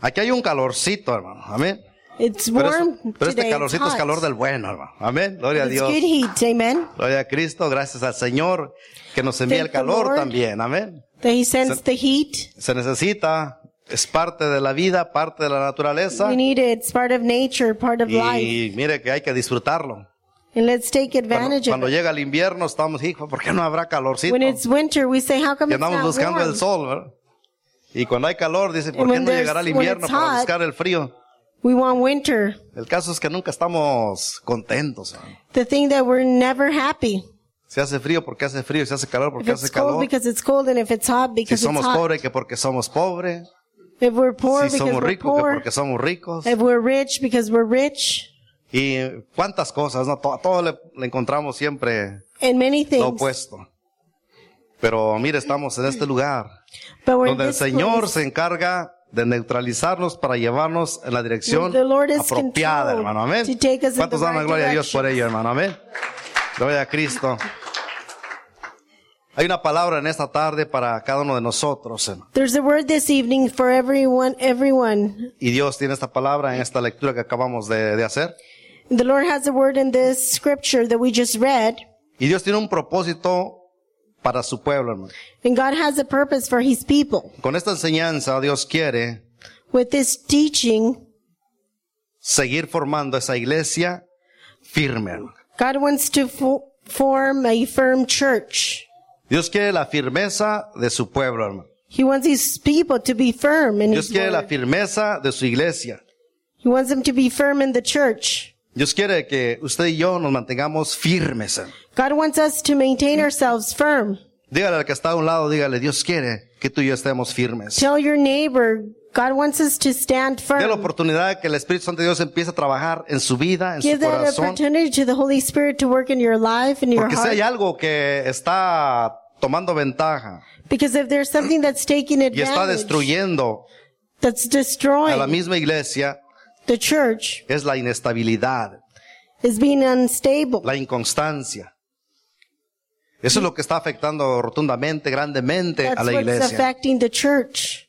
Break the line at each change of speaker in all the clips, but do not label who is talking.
Aquí hay un calorcito, hermano. Amén.
It's
Pero, es-
warm
pero
today.
este calorcito es
it's hot.
calor del bueno, hermano. Amén. Gloria a
It's
Dios.
good heat, amen.
Gloria a Cristo. Gracias al Señor que nos envía
Thank
el
the
calor
Lord.
también. Amén.
That he sends the heat.
Se necesita. Es parte de la vida, parte de la naturaleza.
We need it. It's part of nature, part of life.
Y mire que hay que disfrutarlo.
And let's take
Cuando,
advantage
cuando
of it.
llega el invierno estamos, hijo, ¿por qué no habrá calorcito?
When
Y
it's winter, we say, how come it's
andamos
not
buscando
warm?
el sol, ¿verdad? Y cuando hay calor, dice, ¿por
And
qué
when
no
there's-
llegará el
when
invierno
it's
para
hot-
buscar el frío?
We want winter.
El caso es que nunca estamos contentos. hermano.
The thing that we're never happy.
Si hace frío, porque hace frío. Si hace calor,
If
porque hace
it's cold
calor.
because it's cold, and if it's hot
Si
because it's
somos
hot.
pobres, que porque somos pobres.
If we're poor
si
because
somos
we're
ricos, que
poor.
porque somos ricos.
If we're rich because we're rich.
Y cuántas cosas, ¿no? To- Todo, le, le encontramos siempre
And many
lo
things.
opuesto. Pero mire, estamos en este lugar
But we're in
donde el
this
Señor
place.
se encarga de neutralizarnos para llevarnos en la dirección
The Lord is
apropiada,
controlled
hermano. Amén.
to take us in
¿Cuántos
the
dan la
right
gloria a Dios por
direction?
ello, hermano? Amén. Gloria a Cristo. Hay una palabra en esta tarde para cada uno de nosotros, hermano.
There's a word this evening for everyone, everyone.
Y Dios tiene esta palabra en esta lectura que acabamos de, de hacer.
The Lord has a word in this scripture that we just read.
Y Dios tiene un propósito para su pueblo, hermano.
And God has a purpose for his people.
Con esta enseñanza, Dios quiere
With this teaching,
seguir formando esa iglesia firme. hermano.
God wants to fo- form a firm church.
Dios quiere la firmeza de su pueblo, hermano.
He wants his people to be firm in
Dios
his
quiere la
word.
firmeza de su iglesia.
He wants them to be firm in the church.
Dios quiere que usted y yo nos mantengamos firmes. hermano.
God wants us to maintain ourselves firm.
Dígale al que está a un lado, dígale, Dios quiere que tú y yo estemos firmes.
Tell your neighbor, God wants us to stand
Dé la
firm.
oportunidad que el Espíritu Santo de Dios empiece a trabajar en su vida, en su
Give that
corazón.
opportunity to the Holy Spirit to work in your life and your
Porque si
heart.
hay algo que está tomando ventaja
Because if there's something that's taking
y está
advantage,
destruyendo
that's
a la
destroying
misma iglesia,
the church,
es la inestabilidad,
is being unstable.
la inconstancia. Eso es lo que está afectando rotundamente, grandemente
That's
a la
what's
iglesia.
affecting the church.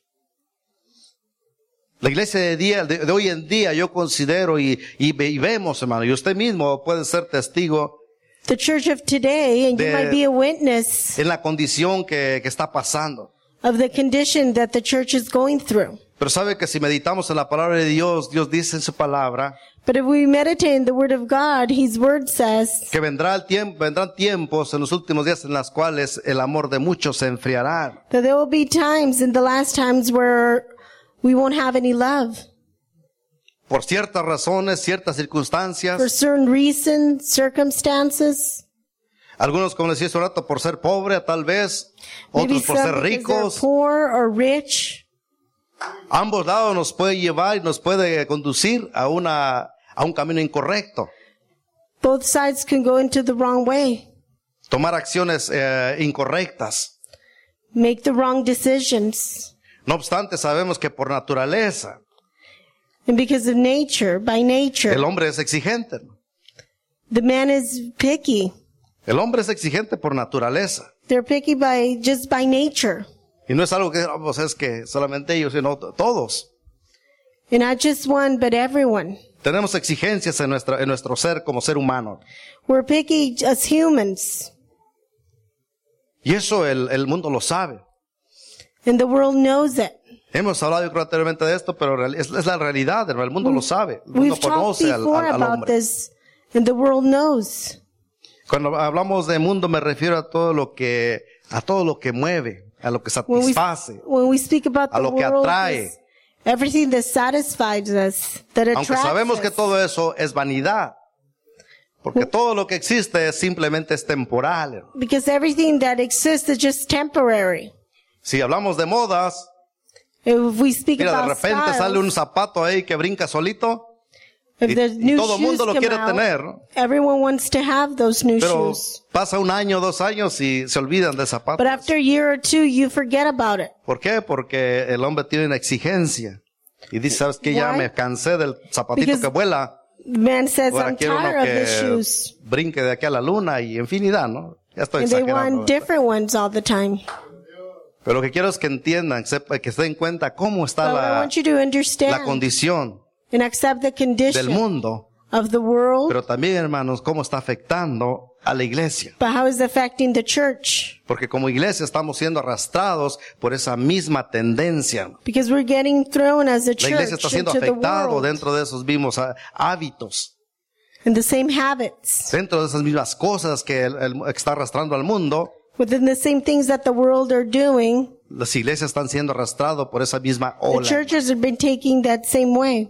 La iglesia de, día, de, de hoy en día yo considero y, y, ve- y vemos, hermano, y usted mismo puede ser testigo
The church of today, and you
De-
might be a witness
en la condición que, que está pasando.
of the condition that the church is going through.
Pero sabe que si meditamos en la palabra de Dios, Dios dice en su palabra
But if we meditate in the Word of God, His Word says
que vendrá el tiempo, vendrán tiempos en los últimos días en las cuales el amor de muchos se enfriará.
that there will be times in the last times where we won't have any love.
Por ciertas razones, ciertas circunstancias,
For certain reasons, circumstances,
Algunos, como les decía hace un rato, por ser pobre, tal vez.
maybe
Otros por ser
some because they're
ricos.
poor or rich.
Ambos lados nos puede llevar y nos puede conducir a una, a un camino incorrecto.
both sides can go into the wrong way,
Tomar acciones eh, incorrectas.
make the wrong decisions.
No obstante, sabemos que por naturaleza,
And because of nature, by nature,
el hombre es exigente. ¿no?
the man is picky.
El hombre es exigente por naturaleza.
They're picky by just by nature.
Y no es algo que, "Ah, pues es que solamente ellos, sino to- todos.
And not just one, but everyone.
Tenemos exigencias en, nuestra, en nuestro ser como ser humano.
We're picky as humans.
Y eso el, el mundo lo sabe.
And the world knows it.
Hemos hablado yo creo anteriormente de esto, pero real- es, es la realidad, hermano. El mundo lo sabe. El mundo
Mm. We've talked
conoce al,
before
al- al
about
hombre.
this, and the world knows.
Cuando hablamos de mundo me refiero a todo lo que, a todo lo que mueve, a lo que
When we,
satisface.
when we speak about
A
the
lo que
world,
atrae.
is everything that satisfies us, that
Aunque sabemos que
attracts us.
todo eso es vanidad. Porque todo lo que existe es simplemente es temporal. hermano.
Because everything that exists is just temporary.
Si hablamos de modas,
If we speak
mira, de
about
repente
styles,
sale un zapato ahí que brinca solito y,
if the
y
new
todo el
shoes
mundo lo
come
quiere
out,
tener. ¿no?
Everyone wants to have those new
Pero
shoes.
pasa un año, dos años y se olvidan del zapato.
But after a year or two, you forget about it.
¿Por qué? Porque el hombre tiene una exigencia. Y dice, ¿sabes qué? Ya
Why?
me cansé del zapatito
Because-
que vuela.
The man says,
Ahora
I'm
quiero uno
tired of the
que
shoes.
brinque de aquí a la luna y infinidad, ¿no? Ya estoy
And they
exagerando.
want different ones all the time.
Pero lo que quiero es que entiendan, sepa- que se den cuenta cómo está
But what I
la,
want you to
la
understand
condición
and accept the
del
condition
mundo,
of the world,
pero también, hermanos, cómo está afectando a la iglesia.
but how is it affecting the church?
Porque como iglesia estamos siendo arrastrados por esa misma tendencia.
Because we're getting thrown as a
La
church
iglesia está siendo
into the
afectada
world
dentro de esos mismos ah, hábitos,
and the same habits
dentro de esas mismas cosas que el- el- que está arrastrando al mundo.
within the same things that the world are doing.
Las iglesias están siendo arrastradas por esa misma
The
ola
churches have been taking that same way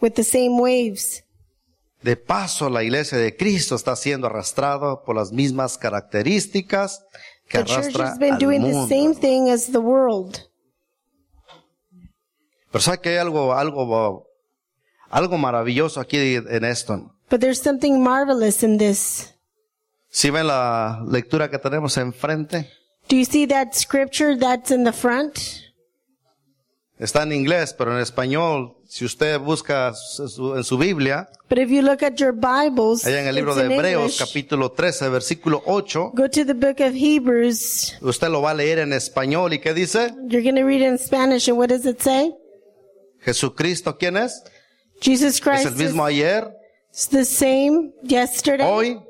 with the same waves.
De paso, la iglesia de Cristo está siendo arrastrada por las mismas características que
The church
arrastra
has been
al
doing the same
mundo.
thing as the world.
Pero sabe que hay algo, algo, algo maravilloso aquí en esto.
But there's something marvelous in this.
Si ven la lectura que tenemos enfrente,
Do you see that scripture that's in the front?
está en inglés, pero en español, si usted busca su- su- en su Biblia,
But if you look at your Bibles,
allá en el libro
it's
de
in
Hebreos,
English.
capítulo 13, versículo 8,
Go to the book of Hebrews.
usted lo va a leer en español. ¿Y qué dice?
You're going to read it in Spanish. And what does it say?
Jesucristo, ¿quién es?
Jesus
Es
Christ
el mismo
is
ayer,
the same yesterday
hoy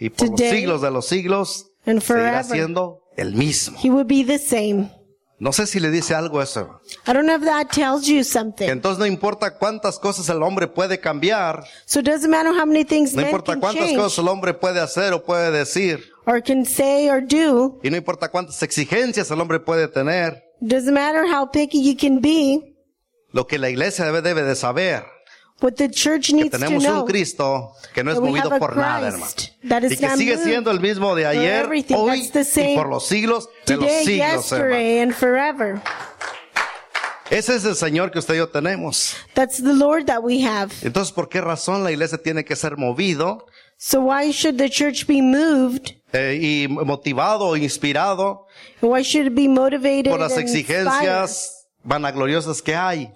y por los
today,
siglos de los siglos
and
seguirá
forever.
siendo el mismo.
He will be the same.
No sé si le dice algo eso.
I don't know if that tells you
Que
something.
entonces no importa cuántas cosas el hombre puede cambiar,
So it doesn't matter how many things
no
men
importa
can
cuántas
change
cosas el hombre puede hacer o puede decir,
or can say or do.
y no importa cuántas exigencias el hombre puede tener,
It doesn't matter how picky you can be.
lo que la iglesia debe, debe de saber,
What the church
que
needs to
tenemos un
know.
Cristo que no es
that we
movido
have a
por nada, hermano.
Christ that is
Y que
not
sigue
moved
siendo el mismo de ayer,
everything.
hoy
That's the
y
same
por los siglos de los
Today,
siglos, hermano.
yesterday, and forever.
Ese es el Señor que usted y yo tenemos.
That's the Lord that we have.
Entonces, ¿por qué razón la iglesia tiene que ser movido
So why should the church be moved?
eh, y motivado, inspirado
And why should it be motivated
por las
and inspired
exigencias vanagloriosas que hay?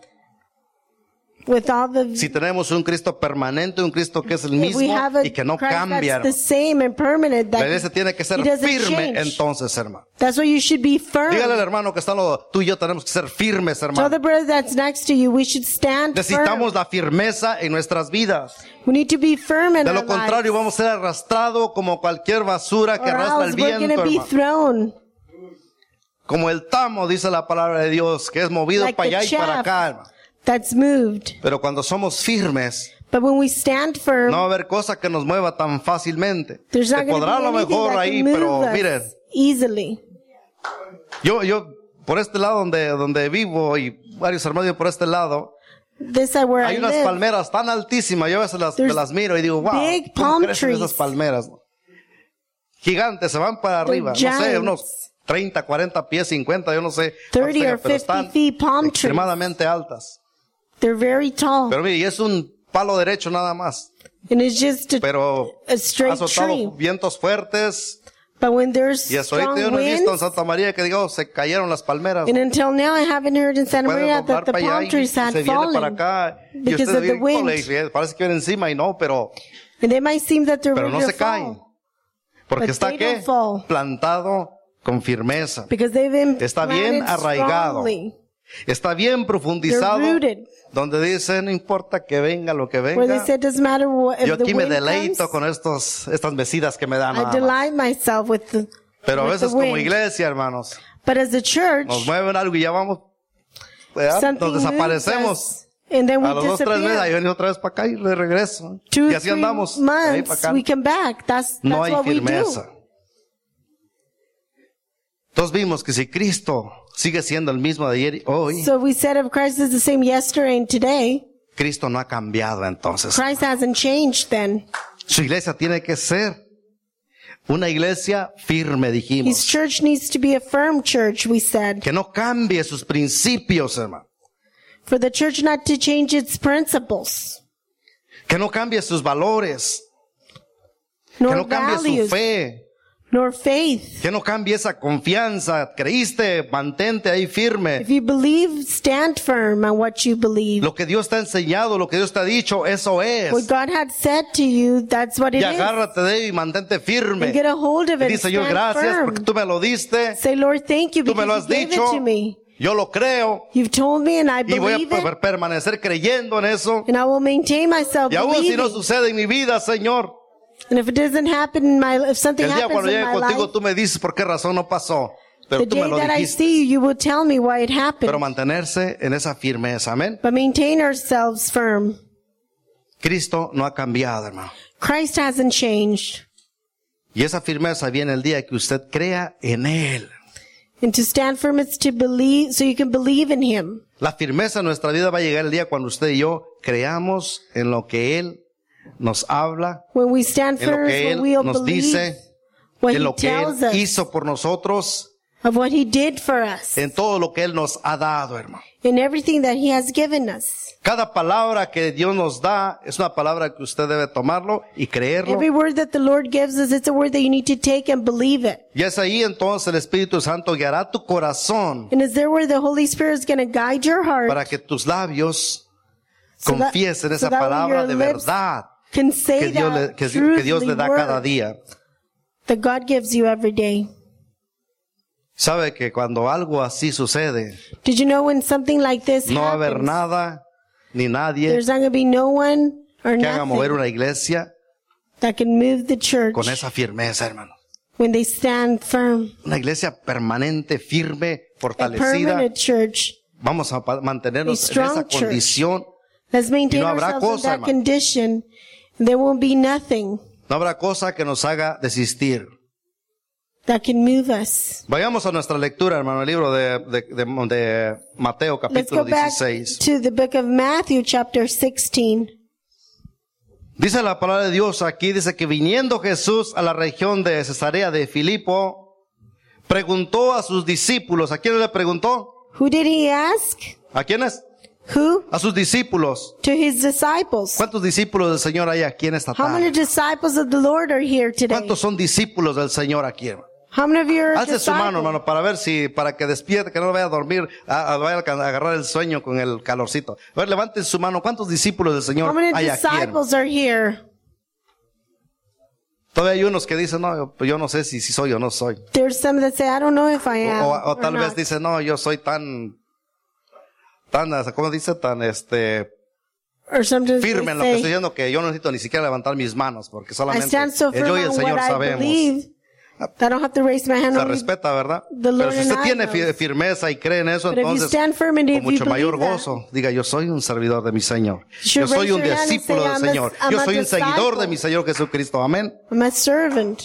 with all the
Si tenemos un Cristo permanente, un Cristo que es el
if
mismo
we have a
y que no
Christ
cambia,
that's the
hermano.
same and permanent
la
that
iglesia tiene que ser
he doesn't
firme
change.
entonces, hermano.
That's why you should be firm.
Dígale al hermano que está lo- tú y yo tenemos que ser firmes,
Tell the
hermano.
brother that's next to you, we should stand firm.
Necesitamos la firmeza en nuestras vidas.
We need to be firm in
De
our
lo contrario,
lives,
vamos a ser arrastrados como cualquier basura que
or
arrastra el
else
viento,
we're going to be
hermano.
thrown
Como el tamo, dice la palabra de Dios, que es movido
Like
para
the
allá y para
chaff.
acá. hermano.
that's moved.
Pero cuando somos firmes,
But when we stand firm,
no va a haber cosa que nos mueva tan fácilmente.
there's
Se
not going to be
podrá a lo
anything
mejor
that
ahí,
can move
pero
us
miren,
easily.
yo, yo, por este lado donde, donde vivo y varios hermanos viven por este lado,
This side where
hay
I
unas
live,
palmeras tan altísimas, yo a veces las, me
There's
las miro y digo, wow,
big
¿cómo
palm
crecen
trees.
esas palmeras? no? Gigantes, se van para
They're
arriba, no sé,
giants.
unos 30, 40 pies, 50, yo no sé, cuántos
30
tengan,
or
pero
50 feet palm trees.
extremadamente altas.
they're very tall,
Pero mire, y es un palo derecho nada más.
and it's just a,
Pero
a
ha
straight tree.
azotado vientos fuertes.
But when there's
Y hasta ahorita
strong
yo no he
winds,
visto en Santa María que digo, se cayeron las palmeras.
and until now I haven't heard in Santa
Pueden
Maria
doblar
that the
para allá
palm
y
trees
se
had
viene
fallen,
para acá. Y
because
ustedes
of the
vienen, "Híjole",
wind.
y parece que vienen encima y no, pero,
and they might seem that they're
pero no
ready to
se caen.
fall
Porque
But
está
they
¿qué?
don't fall.
plantado con firmeza.
because they've been
Está bien
planted
arraigado.
strongly,
Está bien profundizado.
They're rooted.
Donde dice, no importa que venga lo que
where they
venga.
said doesn't matter what if
Yo
the
aquí me
wind
deleito
comes,
con estos, estas mesidas que me dan.
I
nada más.
delight myself with the
Pero a
with the
veces como
wind.
iglesia, hermanos,
But as a church,
nos mueven algo y ya vamos. ¿verdad?
something
Nos
moves
desaparecemos.
us, and then we
A los dos, tres meses, ahí
disappear.
venía otra vez para acá y de regreso.
Two,
y así
three
andamos. de ahí para
months,
acá.
we come back. That's, that's
no hay
what
firmeza.
we do.
Entonces vimos que si Cristo sigue siendo el mismo de ayer y hoy,
So we said if Christ is the same yesterday and today,
Cristo no ha cambiado entonces.
Christ hasn't changed then.
Su iglesia tiene que ser una iglesia firme,
His
dijimos.
church needs to be a firm church, we said.
Que no cambie sus principios, hermano.
For the church not to change its principles,
Que no cambie sus valores.
nor
que no cambie su
values,
fe.
nor faith.
Que no cambie esa confianza. Creíste, mantente ahí firme.
If you believe, stand firm on what you believe.
Lo que Dios te ha enseñado, lo que Dios te ha dicho, eso
What
es.
God had said to you, that's what it
Y
is.
agárrate de ello y mantente
And get
firme.
a hold of
Y
it.
dice
and
yo,
stand
gracias
firm.
porque tú me lo diste,
Say, Lord, thank you
tú me lo
because
has
you gave it
dicho,
to me.
yo lo creo
You've told me and I
y voy a
believe it.
per- permanecer creyendo en eso.
And I will maintain myself
Y aún si no
believing.
sucede en mi vida, Señor,
And if it doesn't happen in my if something
el día
happens
cuando
in
llegue
my
contigo
life,
tú me dices por qué razón no pasó, pero
the
tú me
day
lo
that I
dijiste.
see you, you will tell me why it happened.
Pero mantenerse en esa firmeza, amén.
but maintain ourselves firm.
Cristo no ha cambiado, hermano.
Christ hasn't changed.
Y esa firmeza viene el día que usted crea en Él.
And to stand firm is to believe, so you can believe in Him.
La firmeza en nuestra vida va a llegar el día cuando usted y yo creamos en lo que Él nos habla,
When we stand
en lo
firm,
que
when
Él
we'll
nos
believe
dice,
what
en
He
lo que Él
tells us
hizo por nosotros,
of what He did for us
en todo lo que Él nos ha dado, hermano.
and everything that He has given us.
Cada palabra que Dios nos da es una palabra que usted debe tomarlo y creerlo.
Every word that the Lord gives us, it's a word that you need to take and believe it.
Y es ahí entonces el Espíritu Santo guiará tu corazón
And is there where the Holy Spirit is going to guide your heart
para que tus labios
So that-
confiesen
so
esa
that
palabra
your
de
lips
verdad
can say
que Dios, le,
that
que, que
truth
Dios le da cada día.
that God gives you every day.
Sabe que cuando algo así sucede,
Did you know when something like this
no va a haber
happens,
nada ni nadie
there's not going to be no one or
que haga mover
nothing
una iglesia
that can move the church
con esa firmeza, hermano.
when they stand firm.
Una iglesia permanente, firme,
A
fortalecida.
permanent church.
Vamos a pa- mantenernos
A
en
strong
esa
church.
condición.
Let's maintain
habrá
ourselves
cosa,
in that
hermano.
condition. There won't be nothing
No habrá cosa que nos haga desistir.
that can move us.
Vayamos a nuestra lectura, hermano, el libro de, de- de- de Mateo
Let's go
capítulo
back
16.
to the book of Matthew chapter 16.
Dice la palabra de Dios aquí, dice que viniendo Jesús a la región de Cesarea de Filipo, preguntó a sus discípulos, ¿a quién le preguntó?
Who did he ask?
¿A quiénes?
Who?
A sus discípulos.
To his disciples.
¿Cuántos discípulos del Señor hay aquí en esta
How many
tarde?
disciples of the Lord are here today?
¿Cuántos son discípulos del Señor aquí? hermano?
How many of you are
Alce su mano,
disciples?
hermano, para ver si, para que despierte, que no vaya a dormir, a, a- vaya a alcan- a agarrar el sueño con el calorcito. A ver, levanten su mano. ¿Cuántos discípulos del
How
Señor
many
hay aquí? hermano?
disciples are here?
Todavía hay unos que dicen, no, yo, yo no sé si, si soy o no soy.
There's some that say, I don't know if I
O,
am.
o- o
or
tal vez
not."
dicen, no, yo soy tan, tan, ¿cómo dice? Tan, este,
Or sometimes they
firme en lo que estoy
say,
diciendo que yo no necesito ni siquiera levantar mis manos, porque
Pues I
solamente
stand so
el
firm
yo y el
on what
Señor
I
sabemos.
believe that I don't have to raise my hand
Se
on it.
respeta, ¿verdad?
The
Pero
Lord
si
and
usted
I
tiene
knows.
fi- firmeza y cree en eso,
But if you
entonces
stand firm and
con
if you
mucho mayor
believe that,
gozo. Diga, yo soy un servidor de mi Señor. Yo
should
soy
raise
un
your hand and
discípulo
say,
del
"I'm a-
Señor.
I'm
Yo
a
soy un seguidor
disciple."
de mi Señor Jesucristo. Amén.
I'm a servant.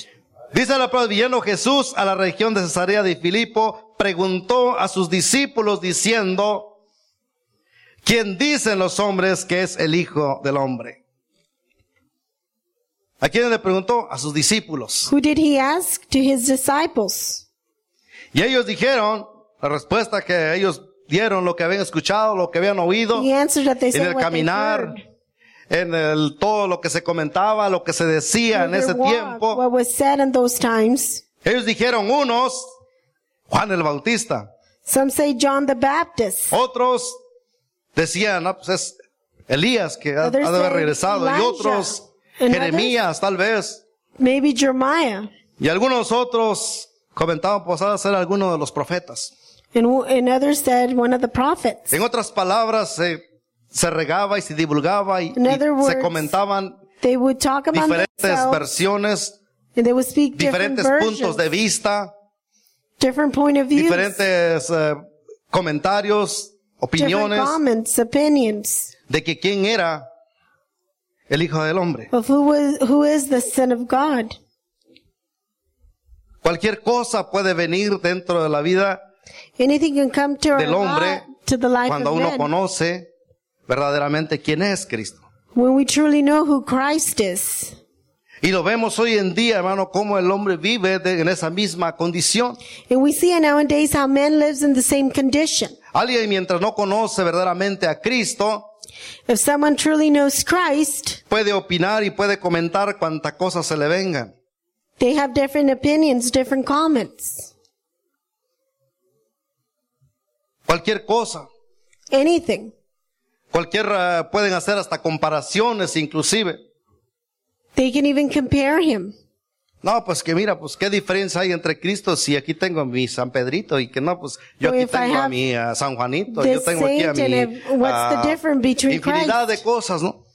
Dice la palabra, viniendo Jesús a la región de Cesarea de Filipo, preguntó a sus discípulos diciendo, ¿quién dicen los hombres que es el Hijo del Hombre? ¿A quién le preguntó? A sus discípulos.
Who did he ask? To his disciples.
Y ellos dijeron, la respuesta que ellos dieron, lo que habían escuchado, lo que habían oído,
The answer that they
en
said
el
what they
caminar,
heard.
en el todo lo que se comentaba, lo que se decía en
Their
ese
walk,
tiempo.
What was said in those times.
Ellos dijeron unos, Juan el Bautista.
Some say John the Baptist.
Otros decían, ah, pues es Elías que ha, ha de
Others
haber
say
regresado. Y
Elijah.
otros,
And
Jeremías tal vez.
Maybe Jeremiah.
Y algunos otros comentaban, pues ha de ser alguno de los profetas.
And, w- and others said one of the prophets.
En otras palabras, se, se regaba y se divulgaba y,
In
y
other
se
words,
comentaban
They would talk among
diferentes
themselves
versiones,
and they would speak different
diferentes puntos
versions,
de vista.
different point of views,
diferentes eh, comentarios,
different
opiniones
comments, opinions
de que quién era el Hijo del Hombre.
of who was who is the Son of God.
Cualquier cosa puede venir dentro de la vida
Anything can come to our
del hombre
life, to the life
cuando
of
uno
men
conoce verdaderamente quién es Cristo.
when we truly know who Christ is.
Y lo vemos hoy en día, hermano, cómo el hombre vive de- en esa misma condición.
And we see nowadays how man lives in the same condition.
Alguien mientras no conoce verdaderamente a Cristo,
If someone truly knows Christ,
puede opinar y puede comentar cuanta cosa se le vengan.
They have different opinions, different comments.
Cualquier cosa.
Anything.
Cualquier, eh, pueden hacer hasta comparaciones inclusive.
They can even compare him.
No, pues que mira, pues qué diferencia hay entre Cristo si aquí tengo a mi San Pedrito y que no, pues yo
Well,
aquí
if I
tengo a
have
mi ah, San Juanito,
the
yo tengo aquí a
saint and
mi
if- what's the
ah,
difference between
infinidad de
Christ?
cosas, ¿no?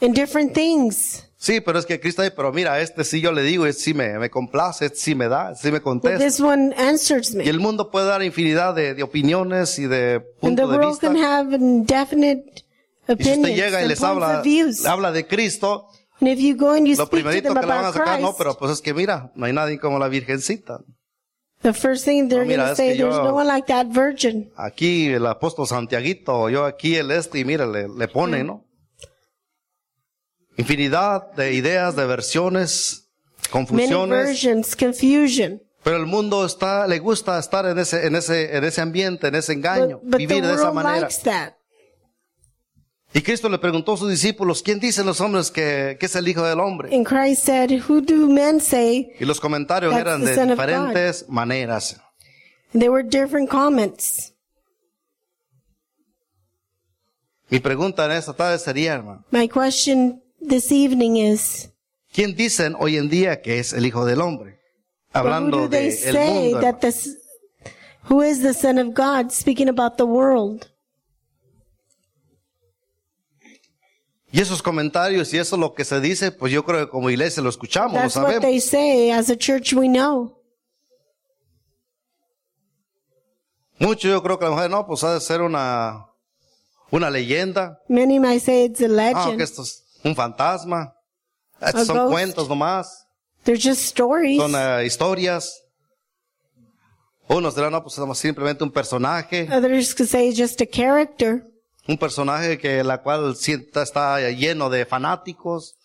And different things.
Sí, pero es que Cristo dice, pero mira, este sí yo le digo, este sí me, me complace, este sí me da, este sí me
But
contesta.
this one answers
Y
me.
el mundo puede dar infinidad de, de opiniones y de
And the
puntos de
world
vista.
can have indefinite
Y si usted
opinions
llega y
and
les
points
habla,
of views.
habla de Cristo,
And if you go and you
lo
speak to
primerito
them
que le van a
about
sacar, no,
Christ,
pero pues es que mira, no hay nadie como la Virgencita.
the first thing they're
No, mira,
going to
es que
say, there's
yo-
no one like that virgin.
Aquí el apóstol Santiaguito, yo aquí el este, y mira, le, le pone,
Mm.
¿no? Infinidad de ideas, de versiones,
Many
confusiones.
versions, confusion.
Pero el mundo está, le gusta estar en ese, en ese, en ese ambiente, en ese engaño,
But, but the
vivir de esa
world
manera.
likes that.
Y Cristo le preguntó a sus discípulos, ¿quién dicen los hombres que, que es el Hijo del Hombre?
And Christ said, Who do men say?
Y los comentarios
That's
eran
the
de
Son of God.
diferentes maneras.
And there were different comments.
Mi pregunta en esta tarde sería, hermano,
My question this evening is
¿quién dicen hoy en día que es el Hijo del Hombre?
but who
Hablando
do they
del
say
mundo. hermano.
that this who is the Son of God speaking about the world?
Y esos comentarios y eso es lo que se dice, pues yo creo que como iglesia lo escuchamos, lo
That's what
sabemos.
they say. As a church we know.
Mucho yo creo que la mujer, no, pues ha de ser una, una leyenda.
Many might say it's a
Ah, que
legend.
esto es un fantasma. Estos
A
son
ghost.
cuentos nomás.
They're just stories.
Son eh, historias. Unos dirán, no, pues es simplemente un personaje.
Others could say it's just a character.
Un personaje que la cual sienta, está lleno de fanáticos.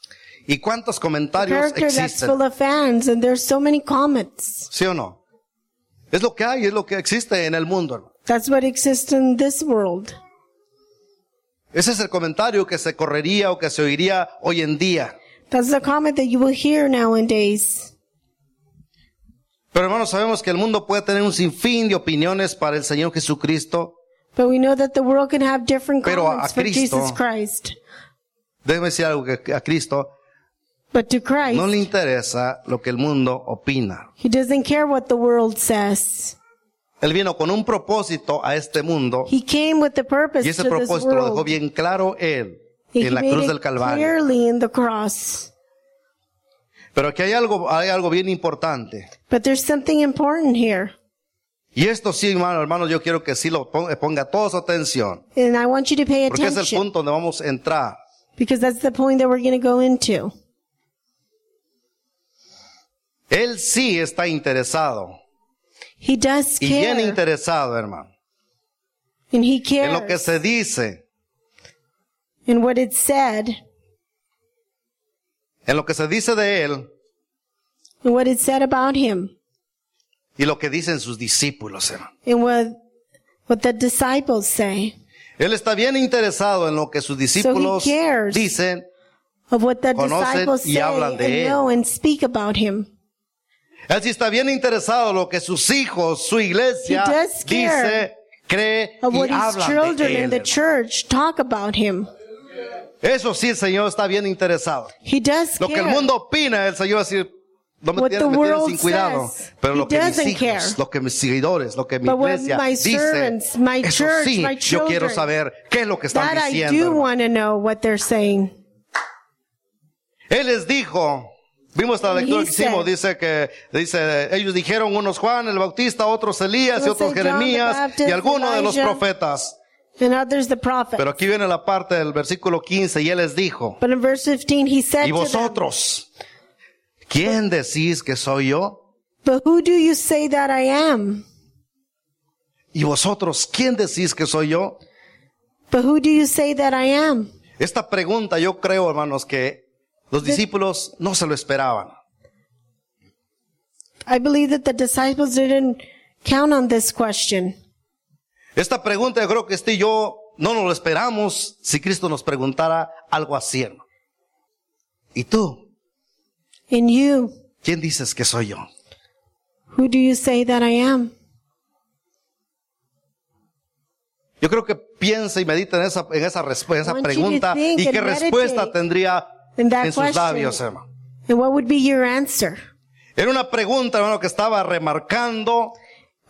¿Y cuántos
A
comentarios
character that's
existen?
full of fans and there's so many comments.
¿Sí o no? Es lo que hay, es lo que existe en el mundo, hermano.
That's what exists in this world.
Ese es el comentario que se correría o que se oiría hoy en día.
That's the comment that you will hear nowadays.
Pero hermanos, sabemos que el mundo puede tener un sinfín de opiniones para el Señor Jesucristo.
But we know that the world can have different
Pero a
comments for
Cristo-
Jesus Christ.
Déjeme decir algo que a Cristo
But to Christ,
no le interesa lo que el mundo opina.
he doesn't care what the world says.
Él vino con un propósito a este mundo
He came with the purpose
y ese
to this
propósito lo dejó
world.
bien claro él
He
en la
made
cruz
it
del Calvario.
clearly in the cross.
Pero aquí hay algo, hay algo bien importante.
But there's something important here.
Y esto sí, hermano, hermanos, yo quiero que sí lo ponga, ponga toda su atención.
And I want you to pay
Porque es el
attention
punto donde vamos a entrar.
because that's the point that we're going to go into.
Él sí está interesado
He does
y bien
care.
interesado, hermano,
And he
en lo que
cares.
se dice,
And what it said,
en lo que se dice de él
and what it said about him,
y lo que dicen sus discípulos, hermano.
and what, what the disciples say.
Él está bien interesado en lo que sus discípulos
cares.
dicen.
of what the
Conocen
disciples
y
say
hablan
and
de él.
know and speak about him.
Él sí está bien interesado en lo que sus hijos, su iglesia
He does care
dice, cree
Of
y
what his
hablan
children
de
in
él.
the church talk about him.
Eso sí, el Señor está bien interesado.
He does
Lo que
care.
el mundo opina, el Señor va a decir, no me
What
tienen,
the
me tienen
world
sin cuidado.
says,
Pero
he
lo que mis
doesn't
hijos,
care.
lo que mis seguidores, lo que mi
But what
iglesia
my
dice,
servants, my
eso
church,
sí,
my
yo quiero
children.
saber qué es lo que están
that I
diciendo.
do
hermano.
want to know what they're saying.
Él les dijo, vimos la
And
lectura
he
que hicimos,
said-
dice que, dice, ellos dijeron unos Juan el Bautista, otros Elías y
Unos
otros
say John the
Jeremías
Baptist,
y algunos de los
Elijah.
profetas.
And others the prophet.
Pero aquí viene la parte del versículo 15 y él les dijo,
but in verse 15 he said
y
to them,
vosotros, ¿quién decís que soy yo?
But who do you say that I am?
Y vosotros, ¿quién decís que soy yo?
But who do you say that I am?
Esta pregunta yo creo, hermanos, que los discípulos no se lo esperaban.
I believe that the disciples didn't count on this question.
Esta pregunta yo creo que este y yo no nos lo esperamos si Cristo nos preguntara algo así. hermano. ¿Y tú?
And you,
¿Quién dices que soy yo?
Who do you say that I am?
Yo creo que piensa y medita en esa, en esa, resp- en esa
I want you to
pregunta
think
y qué
and
respuesta
meditate
tendría
in that
en sus
question.
labios, hermano.
And what would be your answer?
Era una pregunta, hermano, que estaba remarcando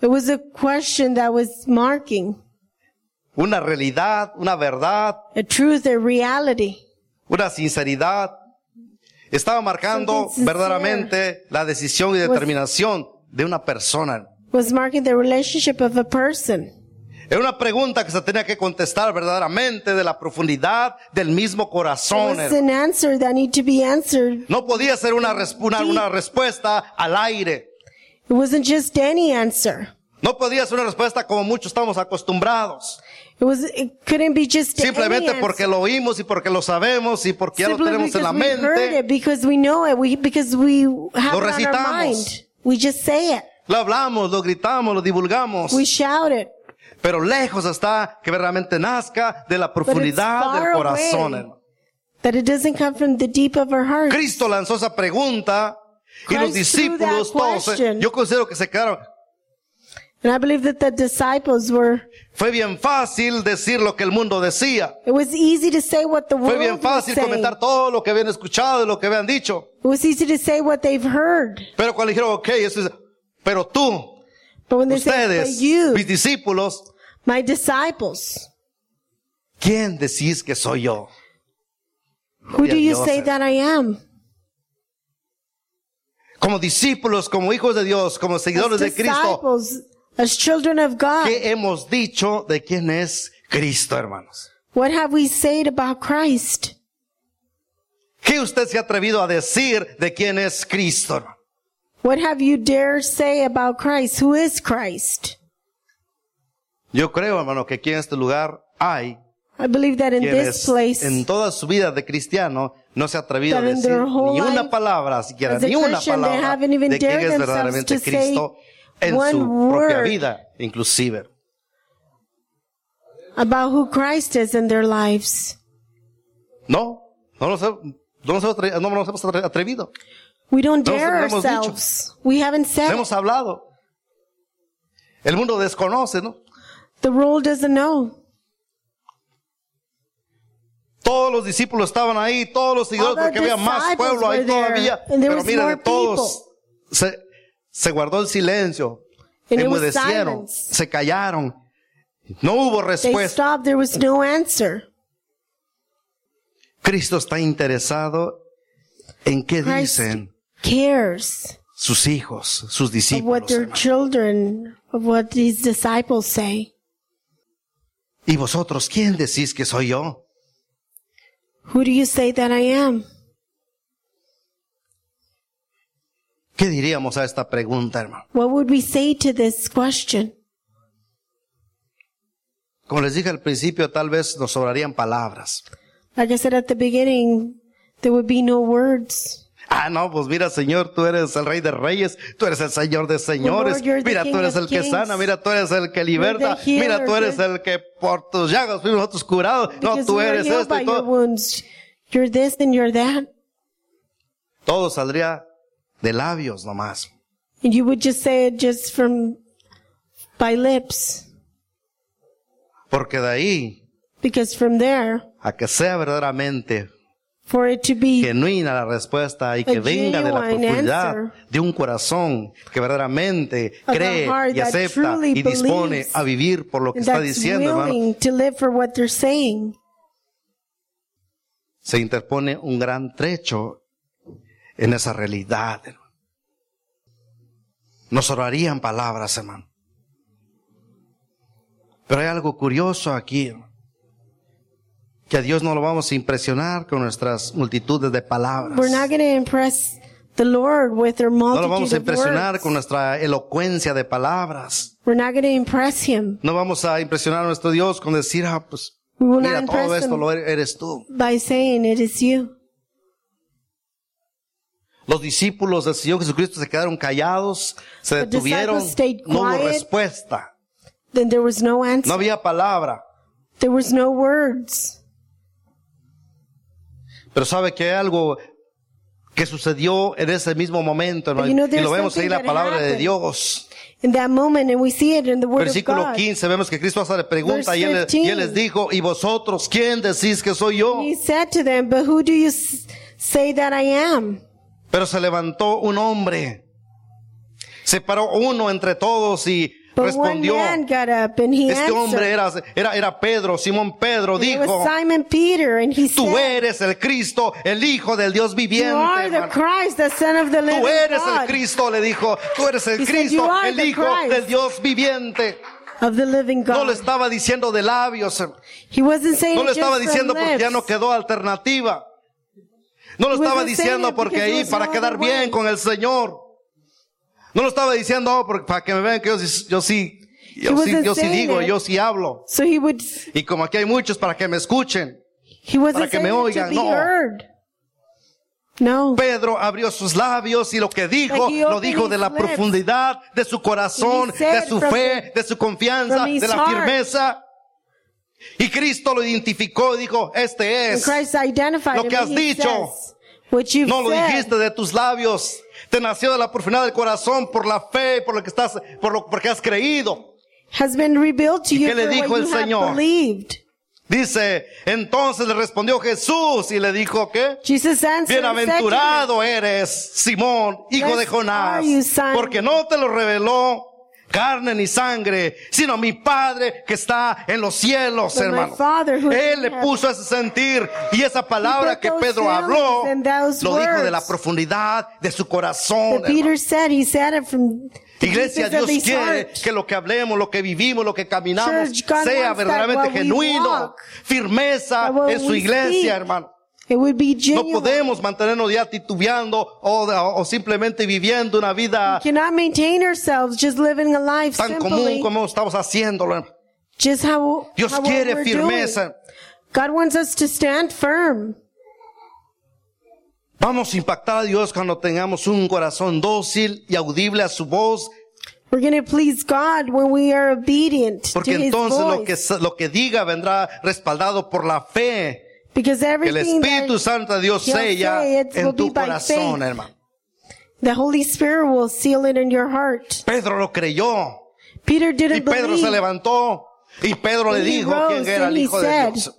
It was a question that was marking
una realidad, una verdad,
a truth, a reality.
una sinceridad. Estaba marcando
Something sincere.
verdaderamente la decisión
Pues
y determinación de una persona.
was marking the relationship of a person.
Era una pregunta que se tenía que contestar verdaderamente de la profundidad del mismo
It
corazón.
was an answer that need to be answered.
No podía ser una, res- una,
Sí.
una respuesta al aire.
It wasn't just any answer.
No podía ser una respuesta como muchos estamos acostumbrados.
It was. It couldn't be just
Simplemente
any
porque
answer.
lo oímos y porque lo sabemos y porque ya lo
Simply
tenemos en
because
la
we heard
mente.
it, because we know it, we because we have
Lo
it on
recitamos.
our mind. We just say it.
Lo hablamos, lo gritamos, lo divulgamos.
We shout it.
Pero lejos está que verdaderamente nazca de la
it's
profundidad del
far
corazón.
away.
hermano.
That it doesn't come from the deep of our heart.
Cristo lanzó esa pregunta y los
Christ threw that
discípulos todos, eh,
question.
yo considero que se quedaron.
And I believe that the disciples were.
Fue bien fácil decir lo que el mundo decía.
It was easy to say what the
Fue
world
bien
was
fácil
saying.
comentar todo lo que habían escuchado y lo que habían dicho.
It was easy to say what they've heard.
Pero cuando dijeron, ok, eso es, pero tú,
But when they say,
ustedes,
"But you,
mis discípulos,
my disciples,
¿quién decís que soy yo?
Who do you
Dios,
say
eh.
that I am?
Como discípulos, como hijos de Dios, como seguidores
As
de Cristo,
disciples, as children of God,
¿qué hemos dicho de quién es Cristo, hermanos?
what have we said about Christ?
¿Qué usted se ha atrevido a decir de quién es Cristo? hermano?
What have you dared say about Christ? Who is Christ?
Yo creo, hermano, que aquí en este lugar hay
I believe that in this
quienes
place,
en toda su vida de cristiano no se ha atrevido a
That in
decir
their whole
ni una
life,
palabra, siquiera
as a
ni una
Christian, they
palabra
haven't even
de quién
dared
es
themselves
verdaderamente
to say
Cristo en
one
su propia
word.
vida, inclusive.
about who Christ is in their lives.
No, no nos, he- no nos hemos atre- no nos hemos atre- atrevido.
We don't
No se lo
dare
hemos dicho.
ourselves. We haven't
No
said
hemos
it.
hablado. El mundo desconoce, ¿no?
The world doesn't know.
Todos los discípulos estaban ahí, todos los seguidores,
All the
porque había más
disciples
pueblo ahí
were there,
todavía.
and there
Pero
was
mira, de
more
todos se, se guardó el silencio,
And it was
enmudecieron,
silence.
se callaron. No hubo
They
respuesta.
stopped. There was no answer.
Cristo está interesado en qué
Christ
dicen
cares
sus hijos, sus
of what
discípulos.
their
hermano.
children, of what these disciples say.
Y vosotros, ¿quién decís que soy yo?
Who do you say that I am?
¿Qué diríamos a esta pregunta, hermano?
What would we say to this question?
Como les dije al principio, tal vez nos sobrarían palabras.
Like I said at the beginning, there would be no words.
Ah, no, pues mira, Señor, tú eres el Rey de Reyes, tú eres el Señor de Señores,
Lord, you're the
mira,
King
tú eres
of
el que
Kings.
sana, mira, tú eres el que liberta,
the healer,
mira, tú eres
you're-
el que por tus llagas fuimos nosotros curados, no,
Because
tú
we are
eres
healed
esto
by
y
your
todo.
wounds. You're this and you're that.
Todo saldría de labios nomás.
And you would just say it just from by lips.
Porque de ahí
Because from there,
a que sea verdaderamente
for it to be
genuina la respuesta y que
A
venga de la
genuine
profundidad
answer.
de un corazón que verdaderamente
Of a
cree
heart
y
that
acepta
truly
y dispone
believes
a vivir por lo que está
that's
diciendo, hermano,
willing to live for what they're saying,
se interpone un gran trecho en esa realidad. hermano. Nos orarían palabras, hermano. Pero hay algo curioso aquí, hermano, que a Dios no lo vamos a impresionar con nuestras multitudes de palabras.
we're not going to impress the Lord with their
No
multitude
lo vamos a
of words.
impresionar con nuestra elocuencia de palabras.
We're not going to impress him
No vamos a impresionar a nuestro Dios con decir, ah, pues,
We will not
mira, todo
impress
esto
him.
lo er- eres tú.
by saying it is you.
Los discípulos del Señor Jesucristo se quedaron callados, se
The
detuvieron,
disciples stayed
no hubo
quiet.
respuesta,
Then there was no answer.
no había palabra.
There was no words.
Pero sabe que hay algo que sucedió en ese mismo momento, hermano.
But you know,
y lo
there's
vemos ahí en la
something that
palabra de
happened.
Dios.
in that moment, and we see it in the Word of
Versículo
God.
15, vemos que Cristo hasta le pregunta
Verse
y él, y él
15.
les dijo, ¿y vosotros quién decís que soy yo?
And he said to them, But who do you s- say that I am?
Pero se levantó un hombre, se paró uno entre todos y
But
respondió.
one man got up and he
Este hombre
answered.
era, era, era Pedro, Simón Pedro,
And it was
dijo,
Simon Peter, and he
tú
said,
eres el Cristo, el Hijo del Dios
You
viviente.
are the
hermano.
Christ, the Son of the living
Tú eres el
God,
Cristo, le dijo, tú eres el
He said,
Cristo,
"You are
el
the
Hijo
Christ."
del Dios viviente.
of the living
No le
God.
estaba diciendo de labios, hermano.
He wasn't saying
no le
it just
estaba
from
diciendo porque ya
lips.
no quedó alternativa. No lo
He
estaba
wasn't saying
diciendo
it
porque
because
ahí
there was
para
no
quedar
other
bien
way.
con el Señor. No lo estaba diciendo oh, porque, para que me vean que yo, sí- yo sí, yo sí,
wasn't
yo sí
saying
digo,
it.
yo sí hablo.
So he would,
Y como aquí hay muchos para que me escuchen.
he wasn't
que me
saying it
oigan,
to be
no.
heard. No.
Pedro abrió sus labios y lo que dijo
Like he
lo
opened
dijo de
his
la
lips.
profundidad de su corazón,
He said
de su
from
fe, de su confianza,
from his
de la
heart.
firmeza. Y Cristo lo identificó y dijo, este
And
es.
Christ identified
Lo
him,
que
and
has
he
dicho,
says, what you've
No lo
said.
dijiste de tus labios. Te nació de la profundidad del corazón por la fe, por lo que estás, por lo porque has creído.
has been revealed to you
qué le
for what
dijo el
you have
Señor?
believed.
Dice, entonces le respondió Jesús y le dijo que
Jesus answered and said to them,
bienaventurado eres Simón, hijo
Blessed
de Jonás,
are you, Simon.
porque no te lo reveló carne ni sangre, sino mi Padre que está en los cielos,
But my
hermano.
Father who is
Él
in
le
heaven.
puso ese sentir y esa palabra
put
que
those
Pedro
feelings
habló,
and those
lo dijo de la
words.
profundidad de su corazón.
that
hermano.
Peter said, he said it from the
Iglesia,
deepest of
Dios
his
quiere
heart.
que lo que hablemos, lo que vivimos, lo que caminamos
Church, God
sea
wants that
verdaderamente
what we
genuino,
walk,
firmeza
that what
en su
we
iglesia,
speak,
hermano.
It would be
No
genuine.
podemos mantenernos ya titubeando o, o simplemente viviendo una vida
We cannot maintain ourselves just living a life
tan común
simply,
como estamos haciéndolo. hermano.
just how,
Dios
how
quiere
we're
firmeza.
doing. God wants us to stand firm.
Vamos a impactar a Dios cuando tengamos un corazón dócil y audible a su voz,
We're going to please God when we are obedient
porque
to His
entonces lo
voice.
que, lo que diga vendrá respaldado por la fe
because
que el
everything
Espíritu
that
Santo de Dios
He'll
sella
say it
en
will
tu
be by
corazón,
faith.
hermano.
the Holy Spirit will seal it in your heart.
Pedro lo creyó
Peter
y
didn't
Pedro
believe.
se levantó y Pedro le
And he
dijo
rose
quién era
and
el
he
Hijo de
said
Dios.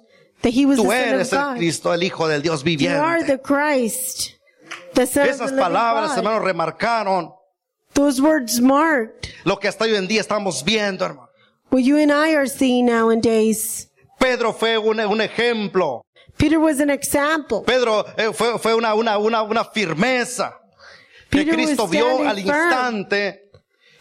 That he was
Tú
the Son of
eres el
God.
Cristo, el Hijo del Dios
You are
viviente.
the Christ, the Son of
Esas
the living
palabras,
God.
hermano, remarcaron
Those words marked
lo que hasta hoy en día estamos viendo, hermano.
what you and I are seeing nowadays.
Pedro fue un, un ejemplo.
Peter was an example.
Pedro eh, fue, fue una, una, una, una firmeza que
Peter
Cristo
was
vio
standing
al
firm.
instante